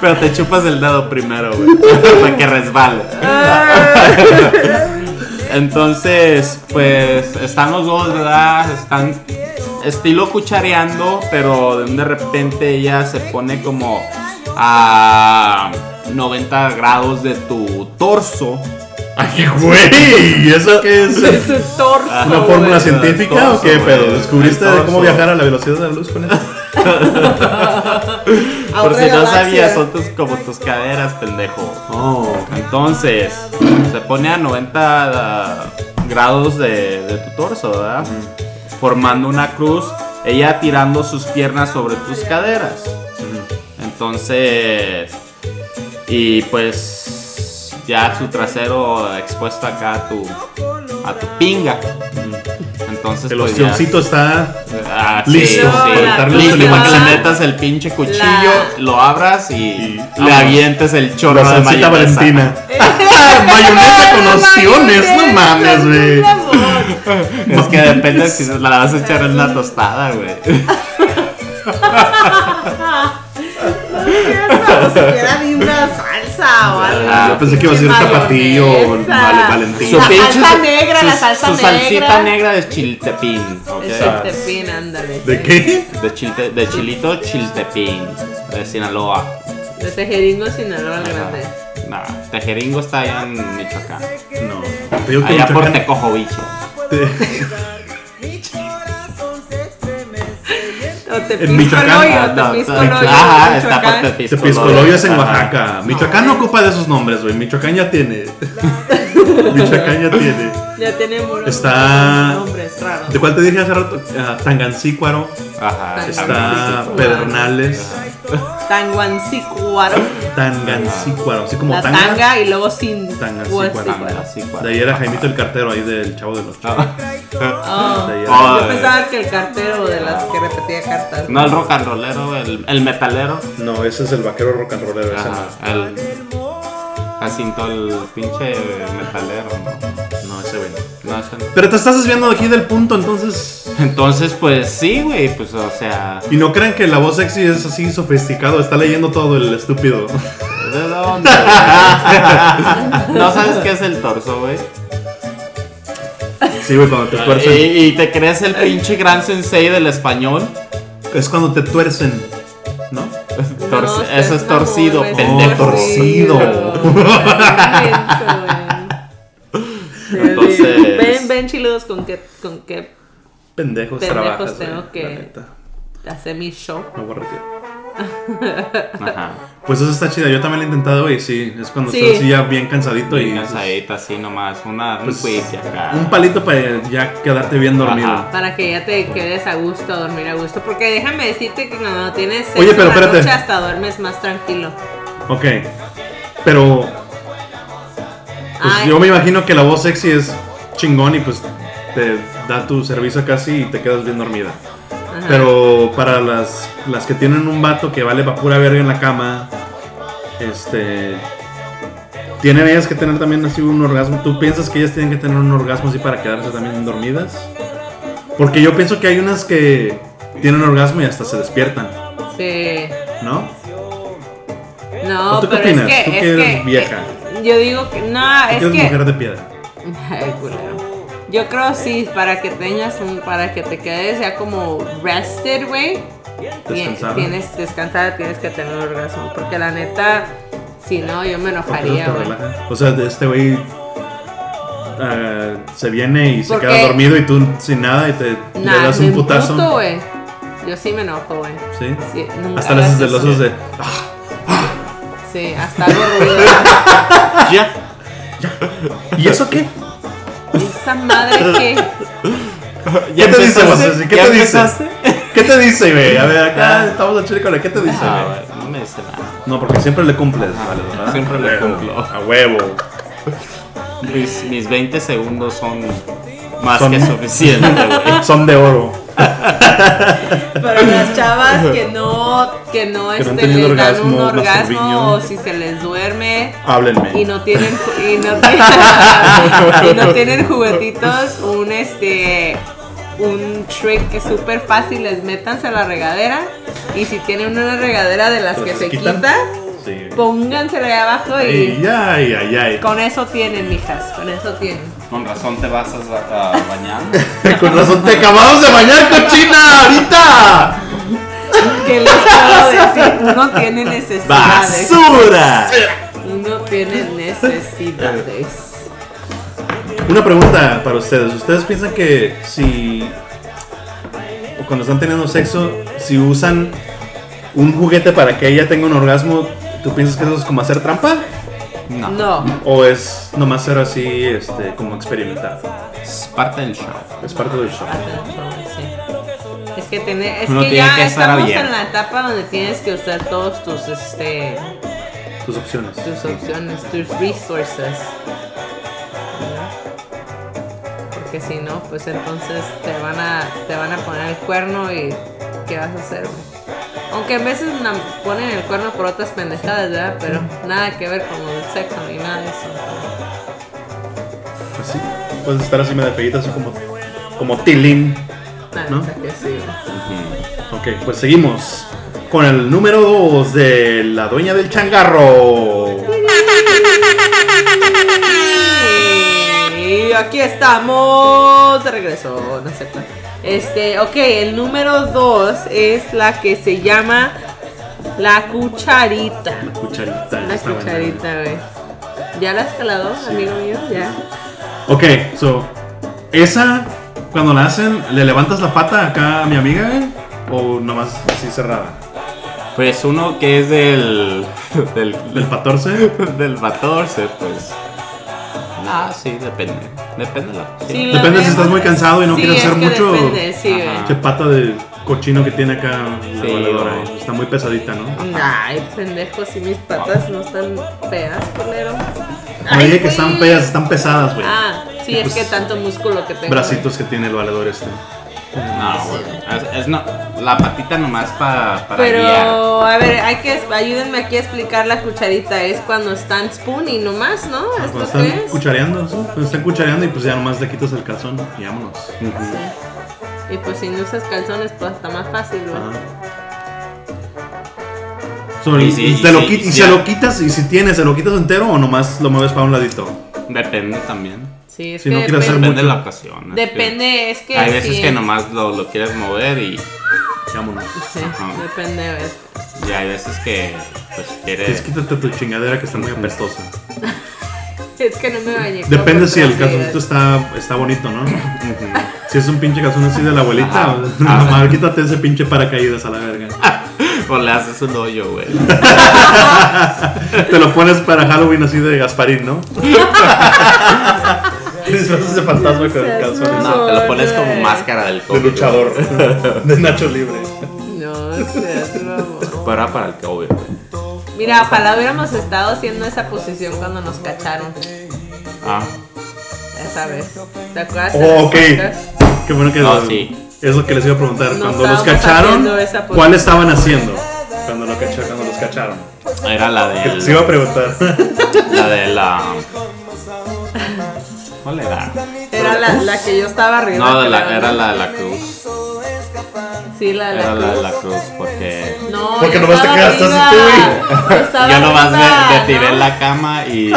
Speaker 1: pero te chupas el dedo primero, güey. Para que resbale. Entonces, pues están los dos, ¿verdad? Están estilo cuchareando, pero de repente ella se pone como a 90 grados de tu torso.
Speaker 3: ¡Ay, güey! ¿Eso qué es?
Speaker 2: De su torso.
Speaker 3: ¿Una
Speaker 2: Ah, güey.
Speaker 3: fórmula científica
Speaker 1: torso,
Speaker 3: o qué
Speaker 1: güey.
Speaker 3: pedo? ¿Descubriste
Speaker 1: El torso.
Speaker 3: cómo viajar a la velocidad de la luz con eso?
Speaker 2: A
Speaker 1: Por
Speaker 2: otra
Speaker 1: si no
Speaker 2: galaxia.
Speaker 1: sabías, son tus, como tus caderas, pendejo.
Speaker 3: Oh,
Speaker 1: Entonces, se pone a 90 grados de, de tu torso, ¿verdad? Formando una cruz, ella tirando sus piernas sobre tus caderas. Entonces, y pues ya su trasero expuesto acá a tu, a tu pinga. Entonces,
Speaker 3: el
Speaker 1: pues ya-
Speaker 3: ostioncito está.
Speaker 1: Ah,
Speaker 3: Listo,
Speaker 1: sí,
Speaker 2: No,
Speaker 1: sí.
Speaker 2: la
Speaker 1: Listo
Speaker 2: cruz
Speaker 1: para que
Speaker 2: la-
Speaker 1: le metas el pinche cuchillo,
Speaker 2: la-
Speaker 1: lo abras y,
Speaker 3: Y-
Speaker 1: le avientes el chorro
Speaker 3: La
Speaker 1: de
Speaker 3: salsita
Speaker 1: mayonesa.
Speaker 3: Valentina. Mayonesa con ostiones, no mames, güey.
Speaker 1: Es que depende si se la vas a echar en una tostada, güey.
Speaker 2: Ni siquiera ni una salsa o algo.
Speaker 1: Ah,
Speaker 3: Yo pensé que iba a ser
Speaker 2: Mayonesa.
Speaker 3: tapatío o vale,
Speaker 1: Su
Speaker 2: La
Speaker 3: Valentina.
Speaker 1: pinche-
Speaker 2: salsa negra, la
Speaker 1: su-
Speaker 2: salsa
Speaker 1: su salsita
Speaker 2: negra.
Speaker 1: negra de chiltepín, ¿ok?
Speaker 2: El chiltepín, ándale.
Speaker 3: ¿De qué?
Speaker 1: De, chilte- de chilito chiltepín, de Sinaloa.
Speaker 2: De Tejeringo, Sinaloa, el grande.
Speaker 1: Nah, Tejeringo está allá en Michoacán.
Speaker 3: No. Te digo que
Speaker 1: Allá por
Speaker 3: Michoacán-
Speaker 1: Tecojovicho.
Speaker 3: te-
Speaker 2: O te
Speaker 3: En Michoacán,
Speaker 2: piscoloyo,
Speaker 1: Ah, no,
Speaker 2: te
Speaker 1: no,
Speaker 2: piscoloyo.
Speaker 1: Ajá,
Speaker 2: en
Speaker 1: está por
Speaker 2: Michoacán.
Speaker 3: Tepiscoloyo es en
Speaker 1: Ajá.
Speaker 3: Oaxaca. Michoacán no ocupa de esos nombres, güey. Michoacán ya tiene. Michoacán ya tiene.
Speaker 2: Ya tenemos
Speaker 3: Está-
Speaker 2: nombres raros.
Speaker 3: ¿De cuál te dije hace rato? Ah, Tangancícuaro.
Speaker 1: Ajá.
Speaker 3: Está
Speaker 2: Tangancícuaro.
Speaker 3: Pedernales.
Speaker 2: Tanguancicuaro.
Speaker 3: Tangancícuaro. Así como
Speaker 2: La
Speaker 3: tanga.
Speaker 2: tanga y luego sin
Speaker 3: Tangancicuaro.
Speaker 2: cuacicuaro.
Speaker 3: De ahí era Jaimito el cartero, ahí del Chavo de los Ocho.
Speaker 2: Oh.
Speaker 3: De ahí era-
Speaker 1: Ah,
Speaker 2: Yo
Speaker 1: eh.
Speaker 2: pensaba que el cartero de las que repetía cartas.
Speaker 1: No el rock and rollero, el, el metalero.
Speaker 3: No, ese es el vaquero rock and rollero. ese
Speaker 1: Ajá, el Jacinto, el pinche metalero, ¿no?
Speaker 3: no. No, ese güey. no.
Speaker 1: No, ese no.
Speaker 3: Pero te estás desviando de aquí del punto, entonces.
Speaker 1: Entonces, pues sí, güey, pues o sea,
Speaker 3: Y no crean que la voz sexy es así sofisticado, está leyendo todo el estúpido.
Speaker 1: ¿de dónde? güey? no sabes qué es el torso, güey.
Speaker 3: Sí, güey, cuando te tuercen.
Speaker 1: Y, y te crees el pinche gran sensei del español.
Speaker 3: Es cuando te tuercen, ¿no?
Speaker 1: Torce-
Speaker 2: seas
Speaker 1: eso es
Speaker 2: mamón,
Speaker 1: torcido,
Speaker 2: güey,
Speaker 1: pendejo.
Speaker 3: Torcido.
Speaker 1: Entonces-
Speaker 2: Ven, ven chiludos con qué, con qué
Speaker 3: Pendejos,
Speaker 2: Pendejos
Speaker 3: trabajas, güey,
Speaker 2: tengo
Speaker 3: la
Speaker 2: que-
Speaker 3: neta.
Speaker 2: hacer mi show.
Speaker 3: Me voy a retirar.
Speaker 1: Ajá.
Speaker 3: Pues eso está chida, yo también lo he intentado, güey, sí. Es cuando
Speaker 2: Sí.
Speaker 3: estás así ya bien cansadito y.
Speaker 1: Bien cansadita, así nomás, una, un
Speaker 3: pues,
Speaker 1: quick acá.
Speaker 3: un palito para ya quedarte bien dormido.
Speaker 1: Ajá.
Speaker 2: Para que ya te quedes a gusto, a dormir a gusto. Porque déjame decirte que cuando tienes sexo
Speaker 3: Oye, pero
Speaker 2: en la
Speaker 3: espérate.
Speaker 2: noche hasta duermes más tranquilo.
Speaker 3: Ok. Pero. Pues
Speaker 2: Ay.
Speaker 3: yo me imagino que la voz sexy es chingón y pues te da tu servicio casi y te quedas bien dormida.
Speaker 2: Ajá.
Speaker 3: Pero para las, las que tienen un vato que vale para pura verga en la cama, este. ¿Tienen ellas que tener también así un orgasmo? ¿Tú piensas que ellas tienen que tener un orgasmo así para quedarse también dormidas? Porque yo pienso que hay unas que tienen orgasmo y hasta se despiertan,
Speaker 2: Sí.
Speaker 3: ¿no?
Speaker 2: No,
Speaker 3: ¿O tú qué
Speaker 2: Oh, pero
Speaker 3: opinas?
Speaker 2: es que.
Speaker 3: ¿Tú
Speaker 2: es
Speaker 3: que eres
Speaker 2: que-
Speaker 3: vieja?
Speaker 2: eh, yo digo que. No, es
Speaker 3: Eres
Speaker 2: que.
Speaker 3: mujer de piedra.
Speaker 2: Ay, culero. Yo creo sí, para que tengas un, para que te quedes ya como rested, güey. bien,
Speaker 3: Descansada.
Speaker 2: Tienes descansada, tienes que tener orgasmo. Porque la neta, si no, yo me
Speaker 3: ¿Por qué no
Speaker 2: enojaría,
Speaker 3: te
Speaker 2: güey.
Speaker 3: relaja? O sea, de este güey ah, se viene y se
Speaker 2: ¿Por
Speaker 3: queda
Speaker 2: qué?
Speaker 3: dormido y tú sin nada y te le
Speaker 2: Nah,
Speaker 3: das
Speaker 2: me
Speaker 3: un putazo.
Speaker 2: emputo, güey. Yo sí me enojo, güey.
Speaker 3: ¿sí?
Speaker 2: Sí, nunca
Speaker 3: Hasta las
Speaker 2: hagas eso.
Speaker 3: celosos de. "Ah,
Speaker 2: Sí, hasta hago ruido.
Speaker 1: Ya.
Speaker 3: ¿Y eso qué?
Speaker 2: Esa madre que.
Speaker 3: ¿Qué te dice,
Speaker 1: empezaste?
Speaker 3: José? ¿Qué
Speaker 1: ¿Ya
Speaker 3: te dice?
Speaker 1: empezaste?
Speaker 3: ¿Qué te dice, güey? A ver, acá estamos a chile con la- ¿Qué te dice,
Speaker 1: Ah,
Speaker 3: güey?
Speaker 1: güey, no me dice nada.
Speaker 3: No, porque siempre le cumples. vale, ¿verdad?
Speaker 1: Siempre le cumplo.
Speaker 3: A huevo.
Speaker 1: Mis, mis 20 segundos son más
Speaker 3: Son-
Speaker 1: que suficiente,
Speaker 2: Ah.
Speaker 1: güey.
Speaker 3: Son de oro.
Speaker 2: Pero las chavas que no,
Speaker 3: Que
Speaker 2: que no,
Speaker 3: no han
Speaker 2: este,
Speaker 3: tenido
Speaker 2: les dan un
Speaker 3: orgasmo, masturbiño.
Speaker 2: orgasmo o si se les duerme.
Speaker 3: Háblenme.
Speaker 2: y no tienen ju- y no tienen, y no tienen juguetitos un este un trick que es súper fácil es métanse a la regadera y si tienen una regadera de las
Speaker 3: ¿Las
Speaker 2: que se
Speaker 3: quitan?
Speaker 2: quita
Speaker 3: Sí.
Speaker 2: Pónganselo ahí abajo
Speaker 3: Ay,
Speaker 2: y
Speaker 3: ay, ay, ay.
Speaker 2: con eso tienen, mijas, con eso tienen.
Speaker 1: Con razón te vas a, a bañar.
Speaker 3: Con razón te acabamos de bañar, cochina, ahorita.
Speaker 2: ¿Qué les puedo decir? Uno tiene necesidades.
Speaker 3: ¡Basura!
Speaker 2: Uno tiene necesidades.
Speaker 3: Una pregunta para ustedes. ¿Ustedes piensan que si o cuando están teniendo sexo, si usan un juguete para que ella tenga un orgasmo, ¿tú piensas que eso es como hacer trampa?
Speaker 1: No.
Speaker 2: No.
Speaker 3: ¿O es nomás ser así, este, como experimentar?
Speaker 1: Es parte del show.
Speaker 3: Es parte del show.
Speaker 2: Sí. Es que, tiene, es
Speaker 1: Uno
Speaker 2: que
Speaker 1: tiene
Speaker 2: ya
Speaker 1: que estar
Speaker 2: estamos
Speaker 1: abierto.
Speaker 2: en la etapa donde tienes que usar todos tus este
Speaker 3: Tus opciones.
Speaker 2: tus opciones, tus resources. Porque si no, pues entonces te van a te van a poner el cuerno y qué vas a hacer. güey? Aunque a veces na- ponen el cuerno por otras pendejadas, ¿verdad? Pero nada que ver con el sexo ni nada de eso.
Speaker 3: Así. Puedes estar así medio feíta, así como, como tilín.
Speaker 2: Nada,
Speaker 3: ¿No?
Speaker 2: o sea que sí, güey.
Speaker 3: Ok, pues seguimos con el número 2 de la dueña del changarro.
Speaker 2: Y aquí estamos de regreso, no es cierto. Este, ok, el número 2 es la que se llama la cucharita.
Speaker 3: La cucharita.
Speaker 2: Una
Speaker 3: está buena.
Speaker 2: cucharita, güey. ¿Ya la has calado, amigo mío? Ya.
Speaker 3: Ok, so. Esa, cuando la hacen, ¿le levantas la pata acá a mi amiga, güey? ¿O nomás así cerrada?
Speaker 1: Pues uno que es del. del.
Speaker 3: ¿Del 14?
Speaker 1: del 14, pues. Ah, sí, depende. Depende de la.
Speaker 2: Sí, la
Speaker 3: Depende si
Speaker 2: veo.
Speaker 3: estás muy cansado y no
Speaker 2: Sí,
Speaker 3: quieres
Speaker 2: es
Speaker 3: hacer
Speaker 2: que
Speaker 3: mucho-
Speaker 2: Depende, sí, güey.
Speaker 1: Ajá.
Speaker 3: Qué pata de cochino que tiene acá la
Speaker 1: Sí,
Speaker 3: valedora,
Speaker 1: o-
Speaker 3: güey. Está muy pesadita, ¿no?
Speaker 2: Ay, pendejo, si mis patas no están feas, culero.
Speaker 3: No
Speaker 2: Ay,
Speaker 3: dije que están
Speaker 2: güey.
Speaker 3: feas, están pesadas, güey.
Speaker 2: Ah, sí,
Speaker 3: Y
Speaker 2: es
Speaker 3: pues,
Speaker 2: que tanto músculo que tengo.
Speaker 3: Bracitos que tiene el valedor este.
Speaker 2: Ah,
Speaker 1: No, güey. Es, es no, la patita nomás pa- para guiar.
Speaker 2: Pero, a ver, hay que, ayúdenme aquí a explicar la cucharita. Es cuando están spoon y nomás, ¿no?
Speaker 3: Ah, Cuando
Speaker 2: ¿Esto
Speaker 3: están
Speaker 2: qué es?
Speaker 3: cuchareando, ¿sí? Cuando están cuchareando y pues ya nomás le quitas el calzón y vámonos.
Speaker 1: Ujú.
Speaker 2: Y pues si no usas calzones, pues está más fácil, güey.
Speaker 3: Ah. So,
Speaker 1: Y
Speaker 3: y-
Speaker 1: si-
Speaker 3: y
Speaker 1: y
Speaker 3: te lo
Speaker 1: si-
Speaker 3: qui- y
Speaker 1: si
Speaker 3: se
Speaker 1: a-
Speaker 3: lo quitas, y si tienes, se lo quitas entero o nomás lo mueves para un ladito.
Speaker 1: Depende también.
Speaker 2: Sí, es
Speaker 3: Si
Speaker 2: que
Speaker 3: no quieres hacer
Speaker 2: depende,
Speaker 1: Depende de la ocasión. es que
Speaker 2: depende, es que
Speaker 1: Hay veces
Speaker 2: sí,
Speaker 1: que nomás lo, lo quieres mover y,
Speaker 3: Vámonos.
Speaker 2: sí,
Speaker 1: Ajá.
Speaker 2: depende, güey.
Speaker 1: y hay veces que pues
Speaker 3: Tienes
Speaker 1: quieres.
Speaker 3: que quítate tu chingadera que está muy apestosa.
Speaker 2: Es que no me bañé.
Speaker 3: Depende
Speaker 2: con
Speaker 3: si el
Speaker 2: otra
Speaker 3: calzoncito
Speaker 2: vida.
Speaker 3: está, está bonito, ¿no? Si es un pinche calzón así de la abuelita,
Speaker 1: Ajá.
Speaker 3: nomás quítate ese pinche paracaídas a la verga.
Speaker 1: O le haces un hoyo, güey.
Speaker 3: Te lo pones para Halloween así de Gasparín, ¿no? Disfrazas de fantasma con el
Speaker 2: Seas
Speaker 3: calzón.
Speaker 1: No, te lo pones como
Speaker 2: Güey.
Speaker 1: máscara del
Speaker 3: De
Speaker 1: COVID,
Speaker 3: luchador. De Nacho Libre.
Speaker 2: No, seas
Speaker 1: güey.
Speaker 2: bravo.
Speaker 1: Pero era para el COVID, güey.
Speaker 2: Mira, ojalá hubiéramos estado haciendo esa posición cuando nos cacharon.
Speaker 1: Ah,
Speaker 2: Esa vez. ¿Te acuerdas? de las
Speaker 3: Oh, ok.
Speaker 2: podcast?
Speaker 3: Qué bueno que
Speaker 1: No,
Speaker 3: lo-
Speaker 1: sí.
Speaker 3: es lo que les iba a preguntar.
Speaker 2: No
Speaker 3: cuando los
Speaker 2: estábamos
Speaker 3: cacharon,
Speaker 2: haciendo esa posición.
Speaker 3: ¿cuál estaban haciendo? Cuando, lo cacha- cuando los cacharon.
Speaker 1: era la
Speaker 3: Que
Speaker 1: del.
Speaker 3: les iba a preguntar.
Speaker 1: La de la. ¿Cuál era?
Speaker 2: Era la, la que yo estaba arriba.
Speaker 1: No, de la,
Speaker 2: creo,
Speaker 1: era
Speaker 2: ¿no?
Speaker 1: la de la cruz.
Speaker 2: Sí, la de la
Speaker 1: Era la de
Speaker 2: cruz.
Speaker 1: la cruz, porque.
Speaker 2: No,
Speaker 3: Porque
Speaker 2: yo
Speaker 3: nomás te
Speaker 2: estaba
Speaker 3: quedaste así
Speaker 2: arriba. Yo estaba
Speaker 1: Yo nomás
Speaker 2: arriba,
Speaker 1: me, me tiré
Speaker 2: ¿no?
Speaker 1: en la cama y.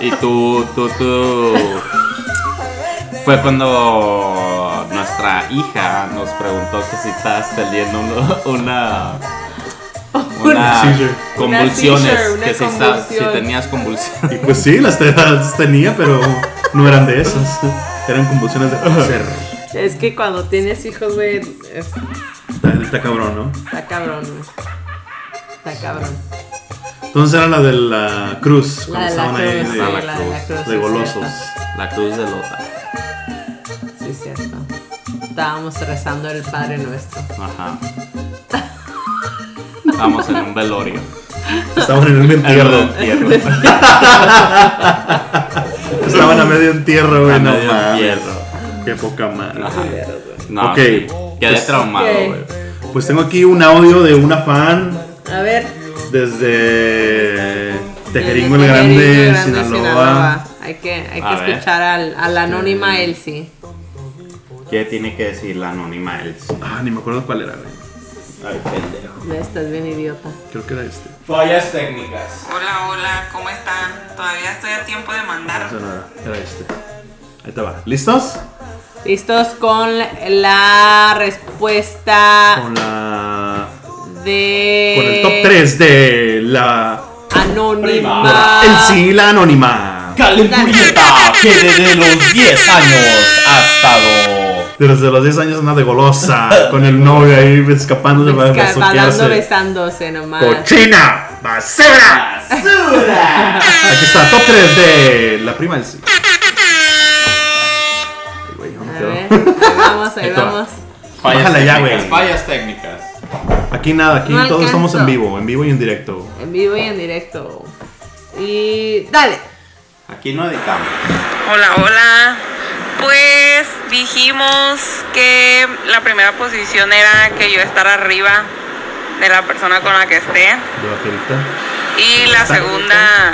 Speaker 1: Y tú, tú, tú. Fue cuando nuestra hija nos preguntó que si estabas teniendo uno- una. Una.
Speaker 3: seizure.
Speaker 1: convulsiones.
Speaker 2: Una seizure, una
Speaker 1: que si, esta- si
Speaker 2: convulsión.
Speaker 1: tenías convulsiones.
Speaker 3: Y pues sí, las, te- las tenía, pero no eran de esas. Eran convulsiones de placer.
Speaker 2: Es que cuando tienes hijos, güey, es-
Speaker 3: Está, está cabrón, ¿no?
Speaker 2: está cabrón, güey. Está cabrón.
Speaker 3: Entonces era la de la cruz.
Speaker 2: La
Speaker 3: Cuando
Speaker 2: de la
Speaker 3: estaban ahí
Speaker 2: cruz, sí,
Speaker 3: de,
Speaker 1: la
Speaker 2: la de la
Speaker 1: cruz,
Speaker 2: cruz.
Speaker 3: de
Speaker 2: sí,
Speaker 3: golosos.
Speaker 1: La cruz de Lota.
Speaker 2: cierto. Sí, cierto. Estábamos rezando el Padre Nuestro.
Speaker 1: Ajá. Vamos en un velorio.
Speaker 3: Estaban en un entierro.
Speaker 1: En un entierro.
Speaker 3: Estaban a medio entierro, güey.
Speaker 1: A
Speaker 3: no
Speaker 1: medio
Speaker 3: mames.
Speaker 1: entierro.
Speaker 3: Qué poca madre.
Speaker 1: Ajá. No,
Speaker 3: Ok.
Speaker 1: sí. Quedé
Speaker 3: Pues-
Speaker 1: traumado,
Speaker 2: Ok.
Speaker 1: güey.
Speaker 3: Pues tengo aquí un audio de una fan
Speaker 2: A ver.
Speaker 3: desde Tejeringo el
Speaker 2: Tejeringo
Speaker 3: Grande,
Speaker 2: Grande,
Speaker 3: Sinaloa.
Speaker 2: Hay que, hay
Speaker 1: A
Speaker 2: que
Speaker 1: ver. Este,
Speaker 2: escuchar al, a la anónima Elsie.
Speaker 1: ¿Qué tiene que decir la anónima Elsie?
Speaker 3: Ah, ni me acuerdo cuál era, güey.
Speaker 1: Ay, pendejo.
Speaker 2: Ya estás bien idiota.
Speaker 3: Creo que era este.
Speaker 1: Fallas técnicas.
Speaker 4: Hola, hola, ¿cómo están? Todavía estoy a tiempo de
Speaker 3: No,
Speaker 4: mandar.
Speaker 3: ese no era, era este. Ahí te va. ¿Listos?
Speaker 2: Listos con la respuesta
Speaker 3: Con la.
Speaker 2: de.
Speaker 3: Con el top 3 de la.
Speaker 2: Anónima.
Speaker 1: Prima.
Speaker 3: El sí, la anónima.
Speaker 2: Calenturienta,
Speaker 1: que desde los 10 años ha estado.
Speaker 3: Desde los 10 años anda de golosa. con el novio ahí escapándose para
Speaker 2: Escapando,
Speaker 3: besuquearse.
Speaker 2: besándose nomás.
Speaker 3: ¡Cochina! ¡Basura!
Speaker 1: ¡Basura!
Speaker 3: Aquí está, top 3 de la prima del sí. Ay, güey, yo no
Speaker 2: A
Speaker 3: quedo.
Speaker 2: ver, ahí vamos, ahí
Speaker 3: Ahí te va.
Speaker 2: vamos.
Speaker 3: Bájala ya,
Speaker 1: técnicas,
Speaker 3: güey.
Speaker 1: Fallas técnicas.
Speaker 3: Aquí nada, aquí
Speaker 2: No
Speaker 3: todos
Speaker 2: alcanzo.
Speaker 3: estamos en vivo, en vivo y en directo.
Speaker 2: En vivo y en directo. Y. Dale.
Speaker 1: Aquí no editamos.
Speaker 4: Hola, hola. Pues dijimos que la primera posición era que yo estar arriba de la persona con la que esté.
Speaker 3: De baterita.
Speaker 4: Y la segunda,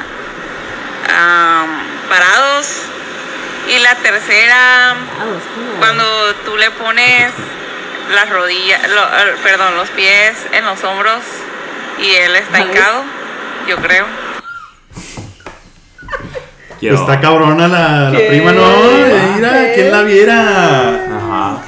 Speaker 4: am, parados. Y la tercera,
Speaker 2: Vamos, ¿cómo?
Speaker 4: cuando tú le pones las rodillas, lo- eh, perdón, los pies en los hombros y él está
Speaker 2: Ay.
Speaker 4: hincado, yo creo.
Speaker 1: Quiero-
Speaker 3: Está cabrona la, la
Speaker 2: ¿Qué?
Speaker 3: prima, no. Mira,
Speaker 2: ¿Qué?
Speaker 3: ¿quién la viera?
Speaker 1: Ajá.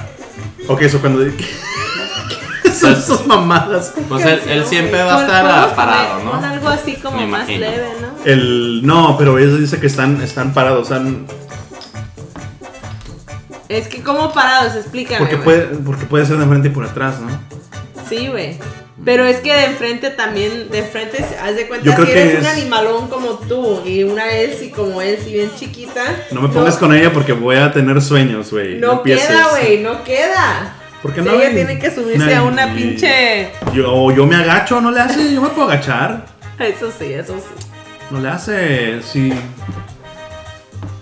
Speaker 3: Ok, eso cuando. ¿Qué son esas mamadas?
Speaker 1: Pues él, él siempre va a
Speaker 2: Pon-
Speaker 1: estar
Speaker 2: podemos
Speaker 1: ah, parado,
Speaker 2: poner- pon
Speaker 1: ¿no?
Speaker 2: algo así como
Speaker 1: Me
Speaker 2: más
Speaker 1: imagino.
Speaker 2: leve, ¿no?
Speaker 3: El. No, pero ellos dice que están, están parados. Están,
Speaker 2: Es que como parados, explícame.
Speaker 3: porque,
Speaker 2: güey.
Speaker 3: puede, porque puede ser de frente y por atrás, ¿no?
Speaker 2: Sí, güey. Pero es que de enfrente también, de enfrente, haz de cuenta
Speaker 3: Yo creo
Speaker 2: si
Speaker 3: que
Speaker 2: eres un
Speaker 3: es-
Speaker 2: animalón como tú y una Elsie como Elsie bien chiquita.
Speaker 3: No me pongas con ella porque voy a tener sueños, güey.
Speaker 2: No
Speaker 3: empieces.
Speaker 2: queda, güey, no queda.
Speaker 3: ¿Por qué
Speaker 2: Sí,
Speaker 3: no?
Speaker 2: ella
Speaker 3: güey?
Speaker 2: tiene que subirse
Speaker 3: Nah,
Speaker 2: a una
Speaker 3: y-
Speaker 2: pinche.
Speaker 3: Yo, yo me agacho, no le hace. Yo me puedo agachar.
Speaker 2: Eso sí, eso sí.
Speaker 3: No le hace. Sí.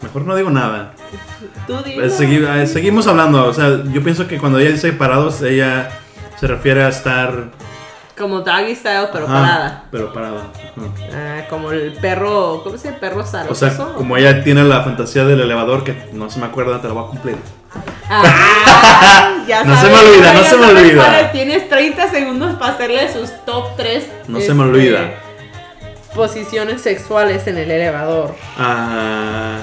Speaker 3: Mejor no digo nada.
Speaker 2: Tú dime.
Speaker 3: Eh, segui- eh, seguimos hablando, o sea, yo pienso que cuando ella dice parados, ella se refiere a estar...
Speaker 2: Como doggy style, pero
Speaker 3: Ajá,
Speaker 2: parada.
Speaker 3: Pero parada. ajá.
Speaker 2: Ah, como el perro. ¿Cómo se llama? Perro zaroso.
Speaker 3: O sea, como ella tiene la fantasía del elevador que no se me acuerda, te la voy a cumplir.
Speaker 2: Ah, ya
Speaker 3: No se
Speaker 2: sabes,
Speaker 3: me olvida,
Speaker 2: güey,
Speaker 3: no
Speaker 2: ya
Speaker 3: se me
Speaker 2: sabes
Speaker 3: olvida.
Speaker 2: cuáles. Tienes 30 segundos para hacerle sus top 3.
Speaker 3: No se me olvida.
Speaker 2: Posiciones sexuales en el elevador.
Speaker 3: Ah,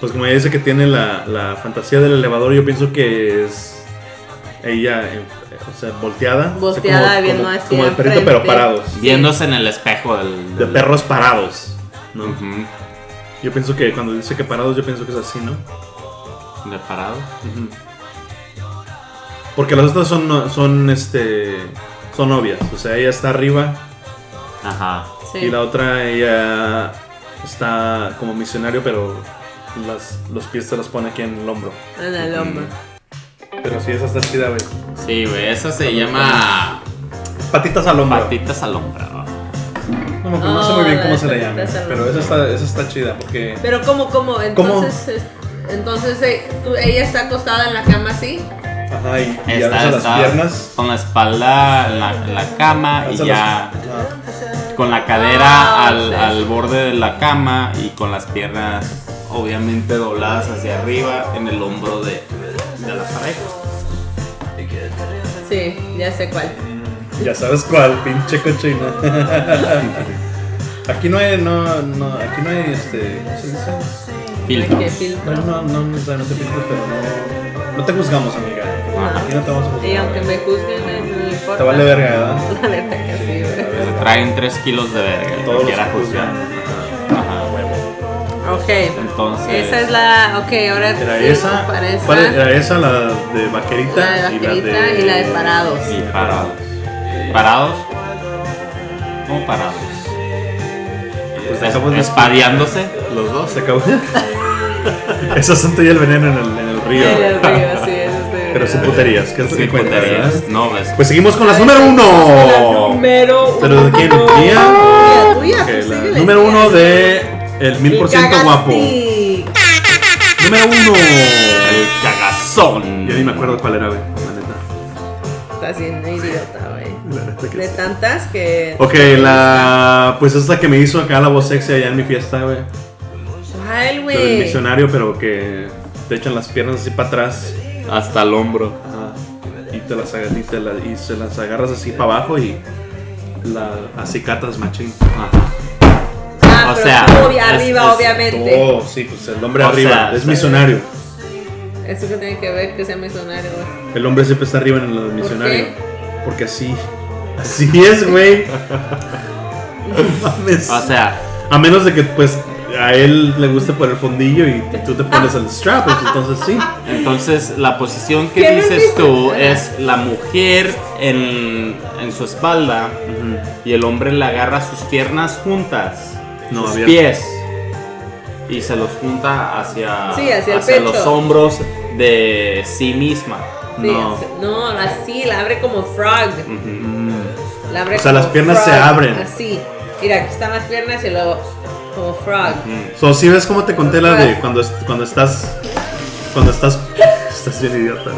Speaker 3: pues como ella dice que tiene la, la fantasía del elevador, yo pienso que es ella, en- o sea, volteada. o sea,
Speaker 2: Volteada,
Speaker 3: como,
Speaker 2: viendo
Speaker 3: como,
Speaker 2: hacia
Speaker 3: como el perrito, pero
Speaker 2: enfrente.
Speaker 3: parados.
Speaker 1: Viéndose en el espejo del.
Speaker 3: De
Speaker 1: del-
Speaker 3: perros parados. ¿no?
Speaker 1: Ujú,
Speaker 3: Yo pienso que cuando dice que parados, yo pienso que es así, ¿no?
Speaker 1: De parado.
Speaker 3: Ujú. Porque las otras son, no- son, este, son obvias. O sea, ella está arriba
Speaker 1: Ajá.
Speaker 2: Sí.
Speaker 3: y la otra, ella está como misionario, pero las, los pies se los pone aquí en el hombro.
Speaker 2: En el hombro.
Speaker 3: Mm. Pero sí, esa está chida, güey.
Speaker 1: Sí, güey. Esa se llama.
Speaker 3: Patitas al hombro.
Speaker 1: Patitas al hombro.
Speaker 3: No, me acuerdo, no sé muy bien cómo se le llama.
Speaker 2: Patitas al
Speaker 3: Pero esa está, esa está chida porque...
Speaker 2: Pero como, como, entonces, es- entonces eh, tú- ella está acostada en la cama así.
Speaker 3: Ajá, y, y
Speaker 1: Está,
Speaker 3: alza las
Speaker 1: está
Speaker 3: piernas.
Speaker 1: con la espalda en la, en la cama y
Speaker 3: alza
Speaker 1: ya
Speaker 3: las- ajá.
Speaker 1: con la
Speaker 2: Ah,
Speaker 1: cadera al,
Speaker 2: sí.
Speaker 1: al borde de la cama y con las piernas obviamente dobladas hacia arriba en el hombro de, de la pareja.
Speaker 2: Sí, ya sé cuál.
Speaker 3: Ya sabes cuál, pinche cochino. aquí no hay, no, no, aquí no hay, este, ¿cómo se dice?
Speaker 1: Filtro.
Speaker 2: Ay, qué filtro.
Speaker 3: No, no, no, no, sé, no te pintes, pero no, no te juzgamos, amiga. Aquí no te vamos a
Speaker 2: Y Ah. aunque
Speaker 3: juzgar.
Speaker 2: me juzguen, eh, no me importa.
Speaker 3: Te vale verga, ¿verdad?
Speaker 2: La neta que sí, güey.
Speaker 1: Se traen 3 kilos de verga, el que
Speaker 3: Todos los
Speaker 1: quiera
Speaker 3: que juzgan.
Speaker 1: juzgar. Ajá, huevo.
Speaker 2: Ok.
Speaker 1: Entonces,
Speaker 2: Esa es la. Ok, ahora.
Speaker 3: Era
Speaker 2: sí,
Speaker 3: esa,
Speaker 2: para esa.
Speaker 3: ¿cuál era esa? La de
Speaker 2: La
Speaker 3: vaquerita,
Speaker 2: de vaquerita y la de parados.
Speaker 1: y parados. ¿Parados? ¿Cómo parados?
Speaker 3: Pues
Speaker 1: Es-
Speaker 3: acabo de-
Speaker 1: espadeándose los dos.
Speaker 3: Se acabó. Esas son tú y el veneno en el, en el
Speaker 2: Sí,
Speaker 3: río.
Speaker 2: del río, sí, eso es de
Speaker 3: Pero
Speaker 2: río.
Speaker 3: sin puterías, que es lo
Speaker 1: Sí,
Speaker 3: que cuenta,
Speaker 1: puterías.
Speaker 3: ¿verdad?
Speaker 1: No, ves.
Speaker 3: Pues seguimos con las
Speaker 2: Ay,
Speaker 3: número
Speaker 2: la
Speaker 3: uno.
Speaker 2: Número
Speaker 3: ¿Pero de quién? ¿Mía?
Speaker 2: uno. Tuya, tuya,
Speaker 3: Ok,
Speaker 2: tú
Speaker 3: la
Speaker 2: síguele.
Speaker 3: número uno de el mil por ciento
Speaker 2: Cagaste.
Speaker 3: guapo. Número uno.
Speaker 1: El cagazón.
Speaker 3: Yo ni me acuerdo cuál era, güey. La neta.
Speaker 2: Estás siendo idiota, güey.
Speaker 3: La neta que
Speaker 2: De
Speaker 3: sí.
Speaker 2: tantas que.
Speaker 3: Ok, la. Pues esta que me hizo acá la voz sexy allá en mi fiesta, güey.
Speaker 2: Ay,
Speaker 3: Pero el
Speaker 2: güey.
Speaker 3: misionario, pero que te echan las piernas así para atrás.
Speaker 1: Hasta el hombro.
Speaker 3: Ajá. Y te te las, aga- y, te la- y se las agarras así para abajo y la acicatas machín.
Speaker 1: Ajá.
Speaker 2: Ah,
Speaker 1: O
Speaker 2: pero
Speaker 1: sea,
Speaker 2: tú obvia-
Speaker 1: es-
Speaker 2: arriba,
Speaker 1: es
Speaker 2: obviamente.
Speaker 3: Oh, sí, pues el hombre
Speaker 1: O
Speaker 3: arriba.
Speaker 1: sea,
Speaker 3: es
Speaker 1: sí.
Speaker 3: misionario.
Speaker 2: Eso que tiene que ver que sea misionario. güey.
Speaker 3: El hombre siempre está arriba en el misionario.
Speaker 2: qué?
Speaker 3: Porque así. Así es, güey. No mames.
Speaker 1: O sea,
Speaker 3: A menos de que, pues, a él le guste por el fondillo y tú te pones el strap, pues, entonces sí.
Speaker 1: entonces la posición que
Speaker 2: ¿Qué me
Speaker 1: dices tú
Speaker 2: dices?
Speaker 1: es la mujer en, en su espalda y el hombre le agarra sus piernas juntas,
Speaker 3: No,
Speaker 1: sus
Speaker 3: abierto.
Speaker 1: pies y se los junta hacia,
Speaker 2: Sí, hacia el pecho.
Speaker 1: los hombros de sí misma.
Speaker 2: Sí,
Speaker 3: No.
Speaker 2: así- no, así, la abre como frog.
Speaker 1: Ujú.
Speaker 3: Mm.
Speaker 2: La abre
Speaker 3: O sea,
Speaker 2: como
Speaker 3: las piernas se
Speaker 2: frog,
Speaker 3: abren.
Speaker 2: Así. Mira, aquí están las piernas y luego como frog.
Speaker 3: So, si ves cómo te conté la de cuando, es- cuando estás. Cuando estás. Estás bien idiota.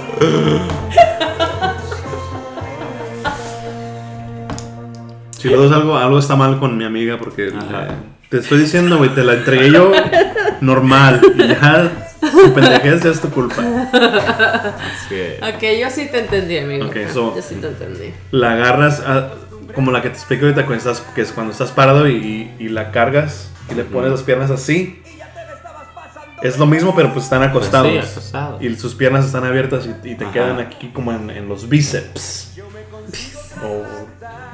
Speaker 3: Si lo ves algo, algo está mal con mi amiga porque
Speaker 1: Ajá.
Speaker 3: eh, te estoy diciendo, güey, te la entregué yo normal. Y ya, tu pendejez ya es tu culpa.
Speaker 1: Es que-
Speaker 2: Ok, yo sí te entendí, amigo.
Speaker 3: Ok, so-
Speaker 2: Yo sí te entendí.
Speaker 3: la agarras a- como la que te explico ahorita cuando estás, que es cuando estás parado y, y la cargas y le pones las piernas así. Es lo mismo, pero pues están acostados.
Speaker 1: Pues sí, acostados.
Speaker 3: Y sus piernas están abiertas y, y te
Speaker 1: Ajá.
Speaker 3: quedan aquí como en, en los bíceps. o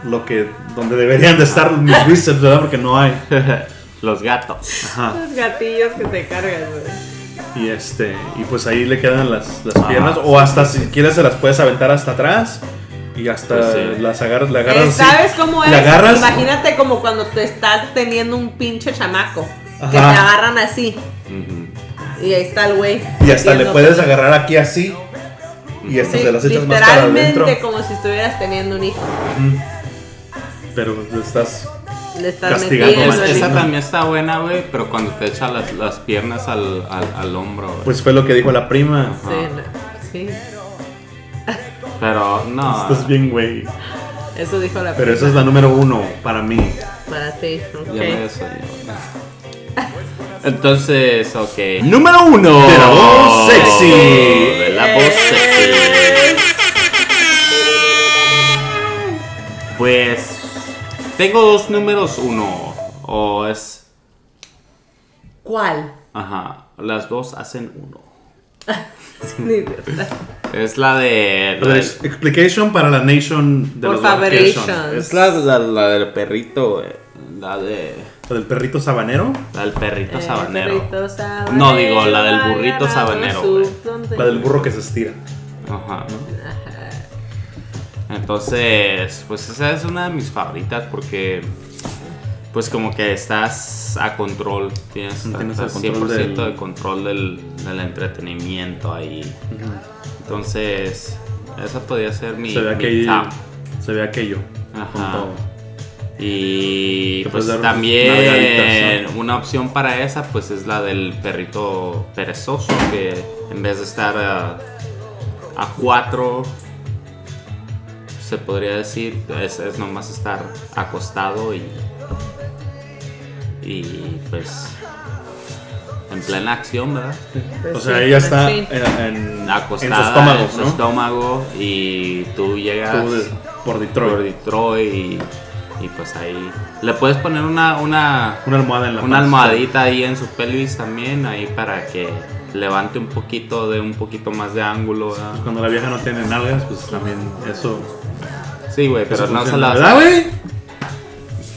Speaker 3: lo que. donde deberían de estar mis bíceps, ¿verdad? Porque no hay.
Speaker 1: los gatos.
Speaker 3: Ajá.
Speaker 2: Los gatillos que te cargas, güey.
Speaker 3: Y este, y pues ahí le quedan las, las piernas. O hasta si quieres se las puedes aventar hasta atrás. Y hasta
Speaker 1: Pues sí.
Speaker 3: las agarras, le agarras
Speaker 2: Eh,
Speaker 3: así.
Speaker 2: ¿Sabes cómo es?
Speaker 3: Le agarras.
Speaker 2: Imagínate como cuando te estás teniendo un pinche chamaco.
Speaker 3: Ajá.
Speaker 2: Que te agarran así.
Speaker 1: Ujú.
Speaker 2: Y ahí está el güey.
Speaker 3: Y hasta le
Speaker 2: metiendo-
Speaker 3: puedes agarrar aquí así. Y hasta
Speaker 2: Sí,
Speaker 3: se las echas más para adentro.
Speaker 2: literalmente como si estuvieras teniendo un hijo.
Speaker 3: Pero estás.
Speaker 2: Le estás
Speaker 3: Castigando
Speaker 1: Es-
Speaker 2: metiendo.
Speaker 3: más.
Speaker 2: el-
Speaker 1: esa
Speaker 3: sí.
Speaker 1: también está buena, güey, pero cuando te echa las, las piernas al, al, al hombro, güey.
Speaker 3: Pues fue lo que dijo la prima.
Speaker 2: Sí, no, sí,
Speaker 1: pero no.
Speaker 3: Estás bien, güey.
Speaker 2: eso dijo la
Speaker 3: Pero esa es
Speaker 2: prima.
Speaker 3: la número uno para mí.
Speaker 2: Para ti, ok.
Speaker 1: ya me desayuno. Entonces, ok. Número uno. Oh,
Speaker 3: De la voz sexy.
Speaker 1: De la voz sexy. Pues tengo dos números uno. O es.
Speaker 2: ¿Cuál?
Speaker 1: Ajá. Las dos hacen uno.
Speaker 2: Sin idiota.
Speaker 1: Es la de.
Speaker 3: La de Explication para la Nation de
Speaker 2: Por
Speaker 3: los
Speaker 2: favor,
Speaker 3: vacations.
Speaker 2: Nation.
Speaker 1: Es la, la, la del perrito, güey. La de.
Speaker 3: La del perrito sabanero.
Speaker 1: La Eh, del perrito
Speaker 2: El
Speaker 1: sabanero.
Speaker 2: Eh, burrito sabanero
Speaker 1: No, digo, la del burrito
Speaker 2: agarrado
Speaker 1: sabanero,
Speaker 2: su-
Speaker 1: güey.
Speaker 2: ¿dónde?
Speaker 3: La del burro que se estira.
Speaker 1: Ajá. Entonces, pues esa es una de mis favoritas porque pues como que estás a control, tienes,
Speaker 3: Tienes
Speaker 1: estás
Speaker 3: el control
Speaker 1: 100%
Speaker 3: del-
Speaker 1: de control del, del entretenimiento ahí. Entonces, esa podría ser mi,
Speaker 3: se ve
Speaker 1: mi
Speaker 3: aquello.
Speaker 1: top.
Speaker 3: Se ve aquello.
Speaker 1: Ajá.
Speaker 3: Con todo.
Speaker 1: Y
Speaker 3: Te
Speaker 1: pues
Speaker 3: puedes dar unas
Speaker 1: también
Speaker 3: nalgaditas,
Speaker 1: una opción para esa pues es la del perrito perezoso que en vez de estar a, a cuatro se podría decir es, es nomás estar acostado y y pues en plena acción, ¿verdad?
Speaker 2: Pues
Speaker 3: O sea,
Speaker 2: sí,
Speaker 3: ella está
Speaker 2: sí.
Speaker 3: en, en- en su
Speaker 1: Acostada
Speaker 3: estómago,
Speaker 1: en su
Speaker 3: ¿no?
Speaker 1: estómago y tú llegas
Speaker 3: Tú de- por Detroit.
Speaker 1: por Detroit y, y, pues ahí le puedes poner una una,
Speaker 3: Una almohada en la
Speaker 1: una
Speaker 3: panza.
Speaker 1: almohadita ahí en su pelvis también ahí para que levante un poquito de un poquito más de ángulo ¿verdad?
Speaker 3: Pues Cuando la vieja no tiene nalgas, pues también eso.
Speaker 1: sí güey pero
Speaker 3: eso
Speaker 1: no se
Speaker 3: funciona,
Speaker 1: las
Speaker 3: ¿Verdad, güey?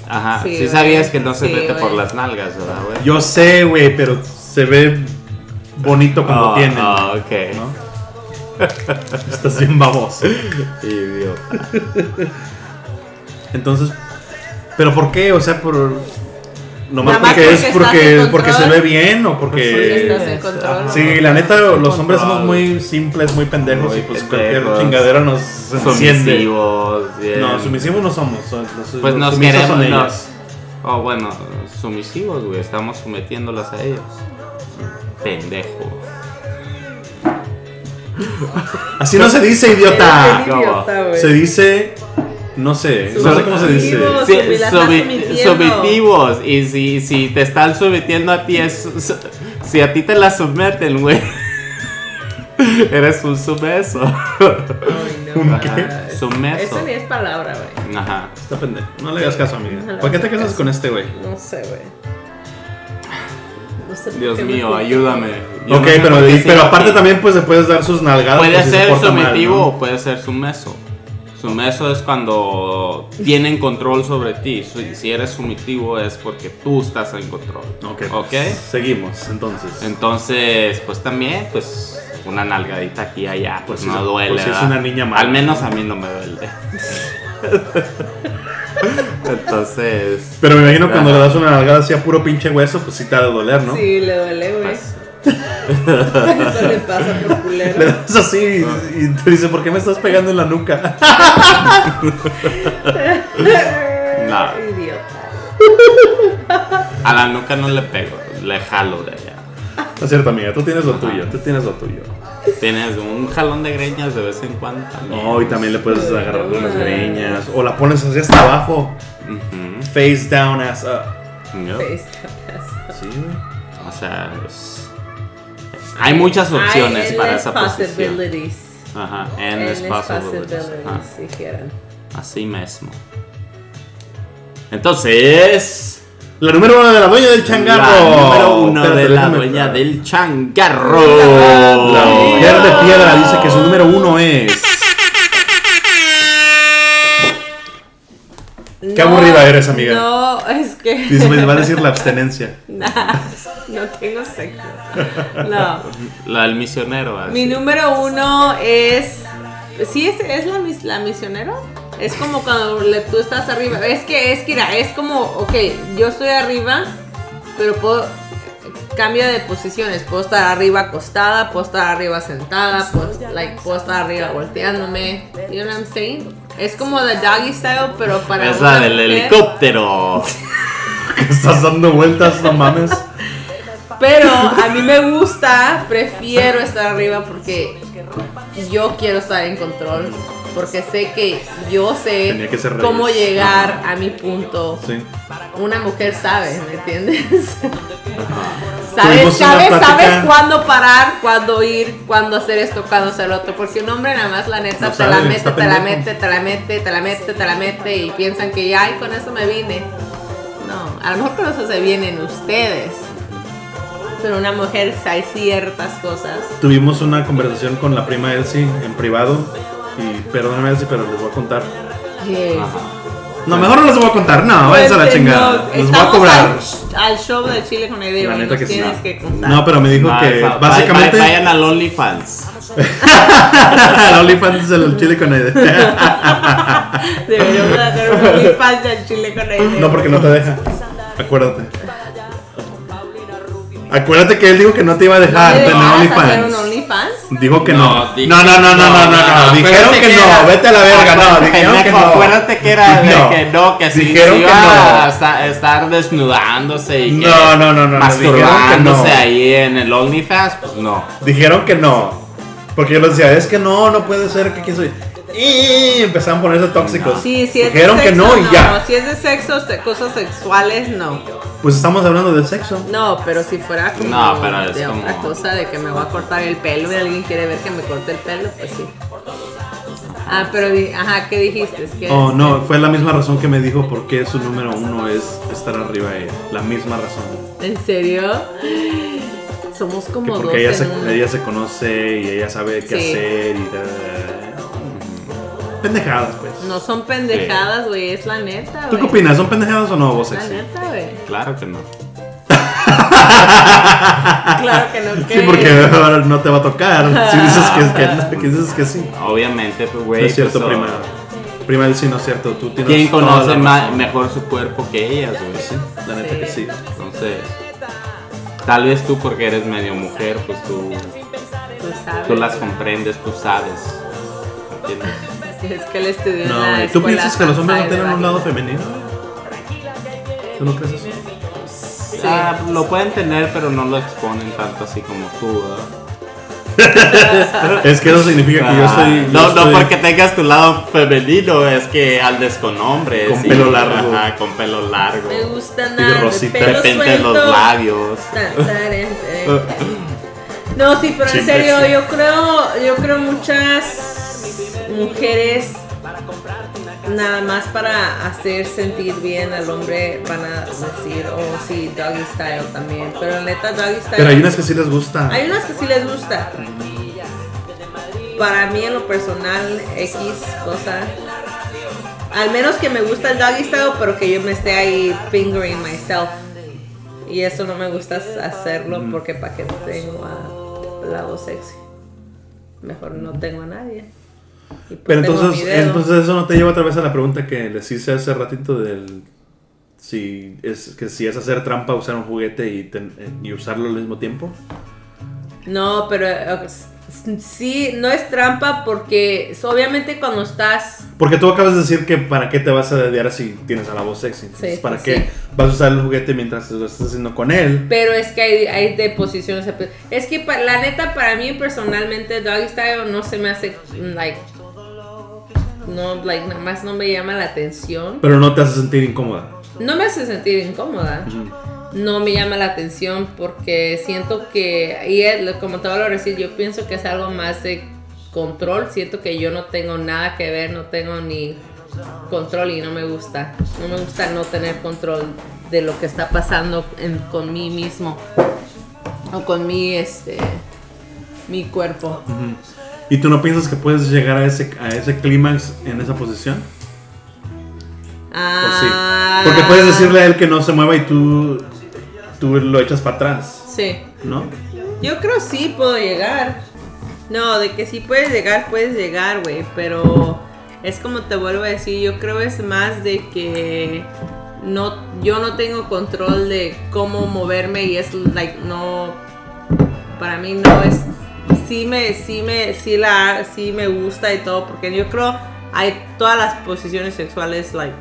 Speaker 1: ajá
Speaker 2: Sí,
Speaker 1: sí,
Speaker 2: güey.
Speaker 1: sabías que no se
Speaker 2: Sí,
Speaker 1: mete por
Speaker 2: güey.
Speaker 1: las nalgas verdad güey
Speaker 3: Yo sé, güey, pero se ve bonito como
Speaker 1: Ah,
Speaker 3: tiene.
Speaker 1: ah, ok.
Speaker 3: ¿no? Estás bien baboso.
Speaker 1: Idiota.
Speaker 3: Entonces, ¿pero por qué? O sea, por. Nomás
Speaker 2: Nada más
Speaker 3: porque, es
Speaker 2: porque estás
Speaker 3: porque,
Speaker 2: en
Speaker 3: porque se
Speaker 2: control.
Speaker 3: ve bien o
Speaker 2: Porque
Speaker 3: porque.
Speaker 2: estás en control.
Speaker 3: Sí, la neta,
Speaker 1: Estás en
Speaker 3: los hombres somos
Speaker 1: control.
Speaker 3: muy simples, muy pendejos
Speaker 1: Muy
Speaker 3: y pues cualquier
Speaker 1: pendejos.
Speaker 3: chingadera nos enciende.
Speaker 1: Sumisivos, bien.
Speaker 3: No, sumisivos no somos. son- los-
Speaker 1: Pues
Speaker 3: los
Speaker 1: nos
Speaker 3: sumisos son
Speaker 1: queremos, no.
Speaker 3: ellas.
Speaker 1: Oh, bueno, sumisivos, güey. Estamos sometiéndolas a ellos. Pendejo.
Speaker 3: Así no se dice, idiota.
Speaker 2: Eres un idiota, güey.
Speaker 3: Se dice. No sé. No sé cómo se dice.
Speaker 2: Subjetivos.
Speaker 1: Sí,
Speaker 2: Sumi- la estás sometiendo.
Speaker 1: subjetivos. Y si, si te están sometiendo a ti, es, si a ti te la someten, güey. Eres un sumeso.
Speaker 2: Ay, no.
Speaker 3: ¿Un
Speaker 2: ma.
Speaker 3: qué?
Speaker 1: Sumeso.
Speaker 2: Eso ni es palabra, güey.
Speaker 1: Ajá.
Speaker 3: Está pendejo. No le hagas caso, amiga.
Speaker 2: Ojalá
Speaker 3: ¿Para qué te
Speaker 2: sea
Speaker 3: casas
Speaker 2: caso.
Speaker 3: con este güey?
Speaker 2: No sé, güey. No sé por
Speaker 1: Dios
Speaker 2: qué me
Speaker 1: mío,
Speaker 2: junto.
Speaker 1: ayúdame. Yo
Speaker 3: ok,
Speaker 1: no sé
Speaker 3: pero,
Speaker 1: por qué
Speaker 3: y-
Speaker 1: sigo
Speaker 3: pero aparte
Speaker 1: aquí.
Speaker 3: también pues le puedes dar sus nalgadas.
Speaker 1: Puede
Speaker 3: pues, si se
Speaker 1: ser
Speaker 3: porta mal,
Speaker 1: sometivo
Speaker 3: ¿no?
Speaker 1: o puede ser sumeso. Sumeso es cuando tienen control sobre ti. Si si eres sumitivo es porque tú estás en control.
Speaker 3: Ok.
Speaker 1: Ok.
Speaker 3: Seguimos, entonces.
Speaker 1: Entonces, pues también, pues una nalgadita aquí y allá, pues
Speaker 3: Pues
Speaker 1: no
Speaker 3: sí,
Speaker 1: duele.
Speaker 3: pues sí es
Speaker 1: ¿verdad?
Speaker 3: una niña mala.
Speaker 1: Al menos a mí no me duele. Entonces,
Speaker 3: Pero me imagino cuando
Speaker 1: Ajá.
Speaker 3: le das una nalgada así a puro pinche hueso, pues sí te ha de doler, ¿no?
Speaker 2: Sí, le duele, güey.
Speaker 1: pues,
Speaker 2: Eso le pasa por
Speaker 3: Le
Speaker 2: culero.
Speaker 3: das así y,
Speaker 1: Ah.
Speaker 3: y te dice, ¿por qué me estás pegando en la nuca?
Speaker 1: No.
Speaker 2: Idiota.
Speaker 1: a la nuca no le pego, le jalo de allá.
Speaker 3: No es cierto, amiga, tú tienes lo
Speaker 1: Ajá.
Speaker 3: tuyo, tú tienes lo tuyo.
Speaker 1: Tienes un jalón de greñas de vez en cuando también.
Speaker 3: No, Oh, y también le puedes agarrar de las greñas. O la pones así hasta abajo,
Speaker 1: Ujú.
Speaker 3: face down, uh, ass up.
Speaker 1: Mm, Yo-
Speaker 2: Face
Speaker 3: Sí, güey.
Speaker 1: O sea, es- hay muchas opciones para esa posición.
Speaker 2: possibilities.
Speaker 1: Ajá,
Speaker 2: Endless
Speaker 1: endless possibilities. Ajá,
Speaker 2: possibilities, dijeran.
Speaker 1: así mismo. Entonces,
Speaker 3: La número uno de la dueña del changarro.
Speaker 1: la número uno
Speaker 3: Espérate,
Speaker 1: de la
Speaker 3: déjame-
Speaker 1: dueña del changarro.
Speaker 3: La mujer de piedra dice que su número uno es. Qué
Speaker 2: No,
Speaker 3: aburrida eres, amiga.
Speaker 2: No, es que.
Speaker 3: Dice, me va a decir la abstenencia.
Speaker 2: Nah, no tengo sexo. No.
Speaker 1: La del misionero. así.
Speaker 2: Mi número uno es. Sí, es, es la, mis- la misionero. Es como cuando le- tú estás arriba. Es que es que mira, es como, ok, yo estoy arriba, pero puedo. Cambio de posiciones. Puedo estar arriba acostada, puedo estar arriba sentada, puedo, like, puedo estar arriba volteándome. You know what I'm saying? Es como de doggy style, pero para.
Speaker 1: Es
Speaker 2: una
Speaker 1: la del
Speaker 2: mujer.
Speaker 1: helicóptero.
Speaker 3: Que estás dando vueltas, no mames.
Speaker 2: Pero a mí me gusta, prefiero estar arriba porque yo quiero estar en control. Porque sé que yo sé
Speaker 3: Tenía que ser
Speaker 2: cómo
Speaker 3: Reyes.
Speaker 2: llegar a mi punto.
Speaker 3: Sí.
Speaker 2: Una mujer sabe, ¿me entiendes?
Speaker 3: Tuvimos
Speaker 2: ¿Sabes,
Speaker 3: una
Speaker 2: sabes,
Speaker 3: plática-
Speaker 2: sabes cuándo parar, cuándo ir, cuándo hacer esto, cuándo hacer lo otro. Porque un hombre nada más, la neta,
Speaker 3: No
Speaker 2: te,
Speaker 3: sabe,
Speaker 2: la mete,
Speaker 3: está
Speaker 2: te la
Speaker 3: pendejo.
Speaker 2: mete, te la mete, te la mete, te la mete y piensan que ya, ay, con eso me vine. No, a lo mejor con eso se vienen ustedes. Pero una mujer, si hay ciertas cosas.
Speaker 3: Tuvimos una conversación con la prima Elsie en privado. Y perdóname, Elsie, pero les voy a contar.
Speaker 2: que-
Speaker 1: Ajá.
Speaker 3: No, mejor no les voy a contar. No, váyanse a la
Speaker 2: Cuéntenos,
Speaker 3: chingada. Les voy a
Speaker 2: estamos
Speaker 3: cobrar.
Speaker 2: Al, al show de Chile con Edeo.
Speaker 3: La
Speaker 2: y
Speaker 3: neta
Speaker 2: nos
Speaker 3: que sí.
Speaker 2: tienes que contar.
Speaker 3: No, pero me dijo
Speaker 1: Va-
Speaker 3: que
Speaker 1: va-
Speaker 3: básicamente.
Speaker 1: va- Vayan al OnlyFans.
Speaker 3: El OnlyFans del chile con Aide.
Speaker 2: Deberíamos hacer un OnlyFans del Chile con Edeo.
Speaker 3: No, porque no te deja. Acuérdate. Acuérdate que él dijo que no te iba a dejar
Speaker 2: ¿Te
Speaker 3: tener
Speaker 2: hacer un
Speaker 3: Ah, OnlyFans.
Speaker 2: OnlyFans?
Speaker 3: Dijo que no.
Speaker 1: No, di-
Speaker 3: No, no, no, no, no, no, no.
Speaker 1: no,
Speaker 3: Dijeron
Speaker 1: acuérdate
Speaker 3: que
Speaker 1: que
Speaker 3: no.
Speaker 1: era-
Speaker 3: Vete a la verga. No, dijeron que
Speaker 1: Pendejo,
Speaker 3: no.
Speaker 1: Acuérdate que era de
Speaker 3: No.
Speaker 1: que no, que si
Speaker 3: Dijeron
Speaker 1: se
Speaker 3: que
Speaker 1: iba
Speaker 3: no.
Speaker 1: a esta- estar desnudándose y que
Speaker 3: No, no, no, no, no. Dijeron que no.
Speaker 1: masturbándose ahí en el OnlyFans, pues no.
Speaker 3: Dijeron que no. Porque yo les decía, es que no, no puede ser que quién soy. Y empezaron a ponerse tóxicos.
Speaker 1: No.
Speaker 2: Sí, sí.
Speaker 3: Dijeron que no y ya.
Speaker 2: Si es de sexo, se- cosas sexuales, no.
Speaker 3: Pues estamos hablando de sexo.
Speaker 2: No, pero si fuera como
Speaker 1: No, pero es
Speaker 2: de
Speaker 1: como-
Speaker 2: otra cosa, de que me voy a cortar el pelo y alguien quiere ver que me corte el pelo, pues sí. Ah, pero, di- ajá, ¿qué dijiste? ¿Qué
Speaker 3: Oh, no,
Speaker 2: Este,
Speaker 3: fue la misma razón que me dijo por qué su número uno es estar arriba de ella. La misma razón.
Speaker 2: ¿En serio? Somos
Speaker 3: Que
Speaker 2: como dos
Speaker 3: porque ella
Speaker 2: en
Speaker 3: se,
Speaker 2: uno.
Speaker 3: ella se conoce y ella sabe qué
Speaker 2: Sí.
Speaker 3: hacer y da, da, da. Pendejadas, pues.
Speaker 2: No son pendejadas, güey, es la neta,
Speaker 3: ¿Tú qué
Speaker 2: güey.
Speaker 3: opinas? ¿Son pendejadas o no vos
Speaker 2: La
Speaker 3: sexy?
Speaker 2: neta, güey.
Speaker 1: Claro que no.
Speaker 2: Claro que no.
Speaker 3: Sí,
Speaker 2: que-
Speaker 3: porque ahora no te va a tocar. Si dices que, que no, que dices que sí.
Speaker 1: Obviamente, pues
Speaker 3: No
Speaker 1: güey.
Speaker 3: es cierto,
Speaker 1: pues, oh,
Speaker 3: prima. Prima, él sí, no es cierto. Tú tienes
Speaker 1: ¿Quién
Speaker 3: toda
Speaker 1: conoce
Speaker 3: la
Speaker 1: ma-
Speaker 3: razón.
Speaker 1: mejor su cuerpo que ellas, güey?
Speaker 3: Sí, la neta que sí.
Speaker 1: Entonces, tal vez tú porque eres medio mujer, pues tú,
Speaker 2: Tú sabes.
Speaker 1: tú las comprendes, tú sabes. ¿Entiendes?
Speaker 2: Es que él estudió en
Speaker 3: No,
Speaker 2: la
Speaker 3: ¿y ¿tú
Speaker 2: escuela
Speaker 3: piensas que los hombres no
Speaker 2: Sansai de
Speaker 3: tienen un
Speaker 2: Bali.
Speaker 3: lado femenino? ¿Tú no crees eso?
Speaker 2: Sí.
Speaker 1: Ah, lo pueden tener, pero no lo exponen tanto así como tú, ¿verdad?
Speaker 3: Es que eso significa que yo estoy.
Speaker 1: Ah, no,
Speaker 3: yo
Speaker 1: no
Speaker 3: estoy-
Speaker 1: porque tengas tu lado femenino, es que andes con hombres.
Speaker 3: Con pelo largo.
Speaker 1: Ajá, con pelo largo.
Speaker 2: Me gusta
Speaker 3: Y
Speaker 2: nada.
Speaker 3: Rosita.
Speaker 1: De
Speaker 2: pelo
Speaker 1: repente
Speaker 2: suelto.
Speaker 1: los labios.
Speaker 2: Tan, tan, tan, tan. No, sí, pero en
Speaker 3: Siempre
Speaker 2: serio,
Speaker 3: sí.
Speaker 2: yo creo, yo creo muchas mujeres nada más para hacer sentir bien al hombre van a decir, oh sí, doggy style también. Pero neta, doggy style.
Speaker 3: Pero hay unas que sí les gusta.
Speaker 2: hay unas que sí les gusta. Para mí en lo personal, X cosa. Al menos que me gusta el doggy style, pero que yo me esté ahí fingering myself. Y eso no me gusta hacerlo
Speaker 3: Mm.
Speaker 2: porque para qué tengo a la voz sexy. Mejor no tengo a nadie. Y pues
Speaker 3: Pero
Speaker 2: tengo
Speaker 3: entonces,
Speaker 2: mi dedo.
Speaker 3: entonces eso no te lleva otra vez a la pregunta que les hice hace ratito del si es que si es hacer trampa usar un juguete y, ten- eh, y usarlo al mismo tiempo.
Speaker 2: No, pero eh, s- sí, no es trampa porque s- obviamente cuando estás
Speaker 3: Porque tú acabas de decir que para qué te vas a dediar si tienes a la voz sexy. Entonces,
Speaker 2: Sí,
Speaker 3: ¿para
Speaker 2: sí.
Speaker 3: qué vas a usar el juguete mientras lo estás haciendo con él?
Speaker 2: Pero es que hay, hay de posiciones. a pos- Es que pa- la neta, para mí personalmente, Doggy Style no se me hace, like, no, like, nada más no me llama la atención.
Speaker 3: Pero no te hace sentir incómoda.
Speaker 2: No me hace sentir incómoda. No me llama la atención porque siento que, y es lo- como te voy a decir, yo pienso que es algo más de control. Siento que yo no tengo nada que ver, no tengo ni control y no me gusta. No me gusta no tener control de lo que está pasando en- con mí mismo o con mi, este, mi cuerpo.
Speaker 3: ¿Y tú no piensas que puedes llegar a ese, a ese clímax en esa posición? ¿O Pues sí?
Speaker 2: Ah,
Speaker 3: Porque puedes decirle a él que no se mueva y tú, tú lo echas para atrás,
Speaker 2: Sí.
Speaker 3: ¿no?
Speaker 2: Yo creo sí puedo llegar. No, de que sí puedes llegar, puedes llegar, güey. Pero es como te vuelvo a decir, yo creo es más de que no, yo no tengo control de cómo moverme y es like no, para mí no es, sí me, sí me, sí la, sí me gusta y todo, porque yo creo hay todas las posiciones sexuales like,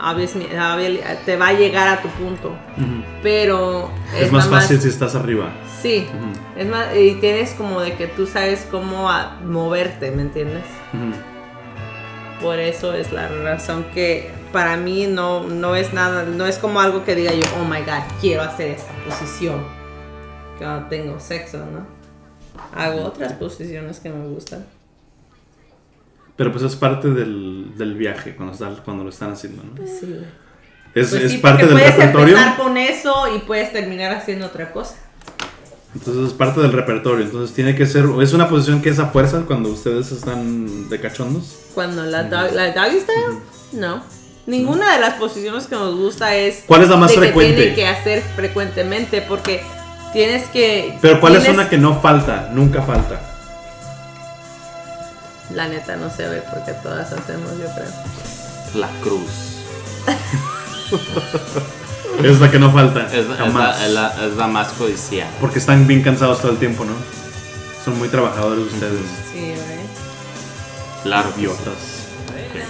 Speaker 2: obviously, obviously, te va a llegar a tu punto,
Speaker 3: Ujú.
Speaker 2: pero
Speaker 3: Es más
Speaker 2: nada
Speaker 3: fácil si estás arriba.
Speaker 2: Sí,
Speaker 3: Ujú.
Speaker 2: es más, y tienes como de que tú sabes cómo a- moverte, ¿me entiendes?
Speaker 3: Ujú.
Speaker 2: Por eso es la razón que para mí no, no es nada, no es como algo que diga yo, oh my god, quiero hacer esta posición. Cuando tengo sexo, ¿no? Hago otras posiciones que me gustan.
Speaker 3: Pero pues es parte del, del viaje cuando, está- cuando lo están haciendo, ¿no?
Speaker 2: Sí, güey.
Speaker 3: Es,
Speaker 2: Pues
Speaker 3: es
Speaker 2: sí,
Speaker 3: parte
Speaker 2: porque
Speaker 3: del
Speaker 2: puedes
Speaker 3: repertorio.
Speaker 2: empezar con eso y puedes terminar haciendo otra cosa.
Speaker 3: Entonces es parte del repertorio. Entonces tiene que ser. Es una posición que es a fuerza cuando ustedes están de cachondos.
Speaker 2: Cuando la, dog- la doggy style, no. Ninguna de las posiciones que nos gusta es.
Speaker 3: ¿Cuál es la más
Speaker 2: de que
Speaker 3: frecuente?
Speaker 2: tiene que hacer frecuentemente porque tienes que.
Speaker 3: Pero ¿cuál es
Speaker 2: tienes-
Speaker 3: una que no falta? Nunca falta.
Speaker 2: La neta no se ve porque todas hacemos, yo creo.
Speaker 1: La cruz.
Speaker 3: Es la que no falta.
Speaker 1: Es, es
Speaker 3: jamás.
Speaker 1: la, es la- es la más codiciada.
Speaker 3: Porque están bien cansados todo el tiempo, ¿no? Son muy trabajadores ustedes.
Speaker 2: Sí, güey.
Speaker 1: La
Speaker 3: Idiotas.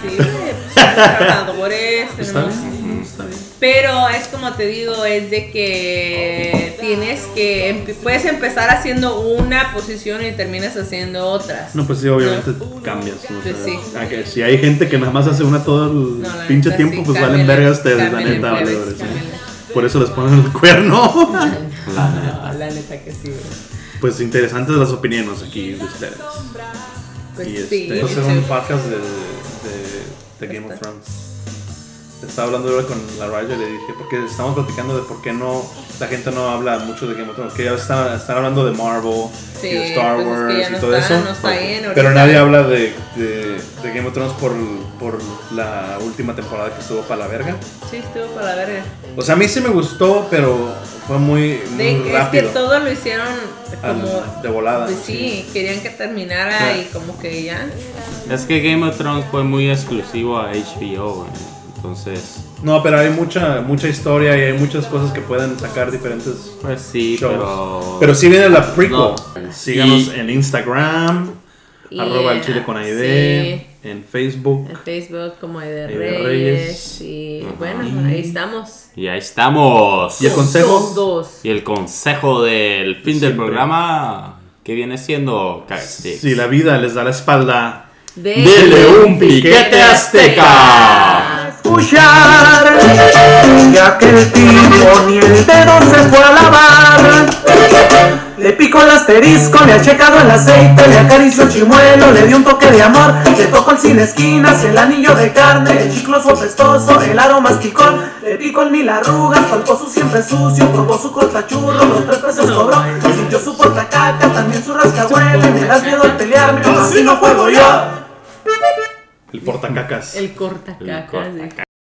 Speaker 2: Sí, güey. pues, somos trabajadores,
Speaker 3: Está
Speaker 2: tenemos-
Speaker 3: bien. Está bien.
Speaker 2: Pero es como te digo, es de que tienes que. empe- Puedes empezar haciendo una posición y terminas haciendo otras.
Speaker 3: No, pues sí, obviamente cambias. ¿no? O
Speaker 2: Pues
Speaker 3: sea,
Speaker 2: sí.
Speaker 3: a que si hay gente que nada más hace una todo el
Speaker 2: No, la
Speaker 3: pinche
Speaker 2: neta,
Speaker 3: tiempo,
Speaker 2: sí,
Speaker 3: pues valen
Speaker 2: cámbiale,
Speaker 3: verga ustedes, la
Speaker 2: cámbiale,
Speaker 3: neta,
Speaker 2: pues,
Speaker 3: valedores, ¿no?
Speaker 2: cámbiale.
Speaker 3: Por eso les ponen el cuerno.
Speaker 1: La neta.
Speaker 2: Ah, La neta que sí, güey.
Speaker 3: pues interesantes las opiniones aquí de ustedes.
Speaker 2: Pues
Speaker 3: y
Speaker 2: sí,
Speaker 3: este,
Speaker 2: sí.
Speaker 3: hacer un podcast de, de- de Game of
Speaker 2: Está.
Speaker 3: Thrones. Estaba hablando ahora con la Raya y le dije, porque estamos platicando de por qué no la gente no habla mucho de Game of Thrones, que ya están, están hablando de Marvel
Speaker 2: Sí,
Speaker 3: y de Star
Speaker 2: pues es que
Speaker 3: Wars
Speaker 2: ya no
Speaker 3: y todo
Speaker 2: está-
Speaker 3: eso.
Speaker 2: no está bien
Speaker 3: pero
Speaker 2: ahorita.
Speaker 3: nadie habla de, de- de Game of Thrones por, por la última temporada que estuvo para la verga.
Speaker 2: Sí, estuvo para la verga.
Speaker 3: O sea, a mí sí me gustó, pero fue muy,
Speaker 2: De-
Speaker 3: muy
Speaker 2: es que
Speaker 3: Mm, rápido.
Speaker 2: todo lo hicieron
Speaker 3: al-
Speaker 2: como.
Speaker 3: de volada.
Speaker 2: pues sí, querían que terminara
Speaker 3: Claro.
Speaker 2: y como que ya.
Speaker 1: Es que Game of Thrones fue muy exclusivo a HBO, güey. Entonces,
Speaker 3: No, pero hay mucha mucha historia y hay muchas cosas que pueden sacar diferentes
Speaker 1: pues sí,
Speaker 3: shows.
Speaker 1: pero.
Speaker 3: Pero sí viene la prequel.
Speaker 1: No.
Speaker 3: Síganos
Speaker 1: Y-
Speaker 3: en Instagram,
Speaker 2: Y,
Speaker 3: arroba el chile con
Speaker 2: ah,
Speaker 3: ID,
Speaker 2: sí.
Speaker 3: en Facebook.
Speaker 2: En Facebook como de,
Speaker 3: de
Speaker 2: Reyes,
Speaker 3: Reyes.
Speaker 2: y
Speaker 1: Ajá.
Speaker 2: bueno, ahí estamos.
Speaker 1: Y ahí estamos.
Speaker 3: Y el consejo.
Speaker 2: Son dos.
Speaker 1: Y el consejo del fin del
Speaker 3: Siempre.
Speaker 1: programa, que viene siendo Cagstick.
Speaker 3: Si la vida les da la espalda,
Speaker 2: De-
Speaker 1: Dele un piquete azteca.
Speaker 5: escuchar, ya que el tipo ni el dedo se fue a lavar. Le pica con el asterisco, le ha checado el aceite, le acarició el chimuelo, le dio un toque de amor, le tocó el sin esquinas, el anillo de carne, el chicloso pestoso, el aroma masticón, le picó el mil arrugas, palpó su siempre sucio, probó su cortachurro, los tres pesos cobró, sintió su portacaca, también su rascahuele, me das miedo al pelearme, así no juego yo.
Speaker 3: El portacacas.
Speaker 2: El cortacacas.
Speaker 1: El cortacacas.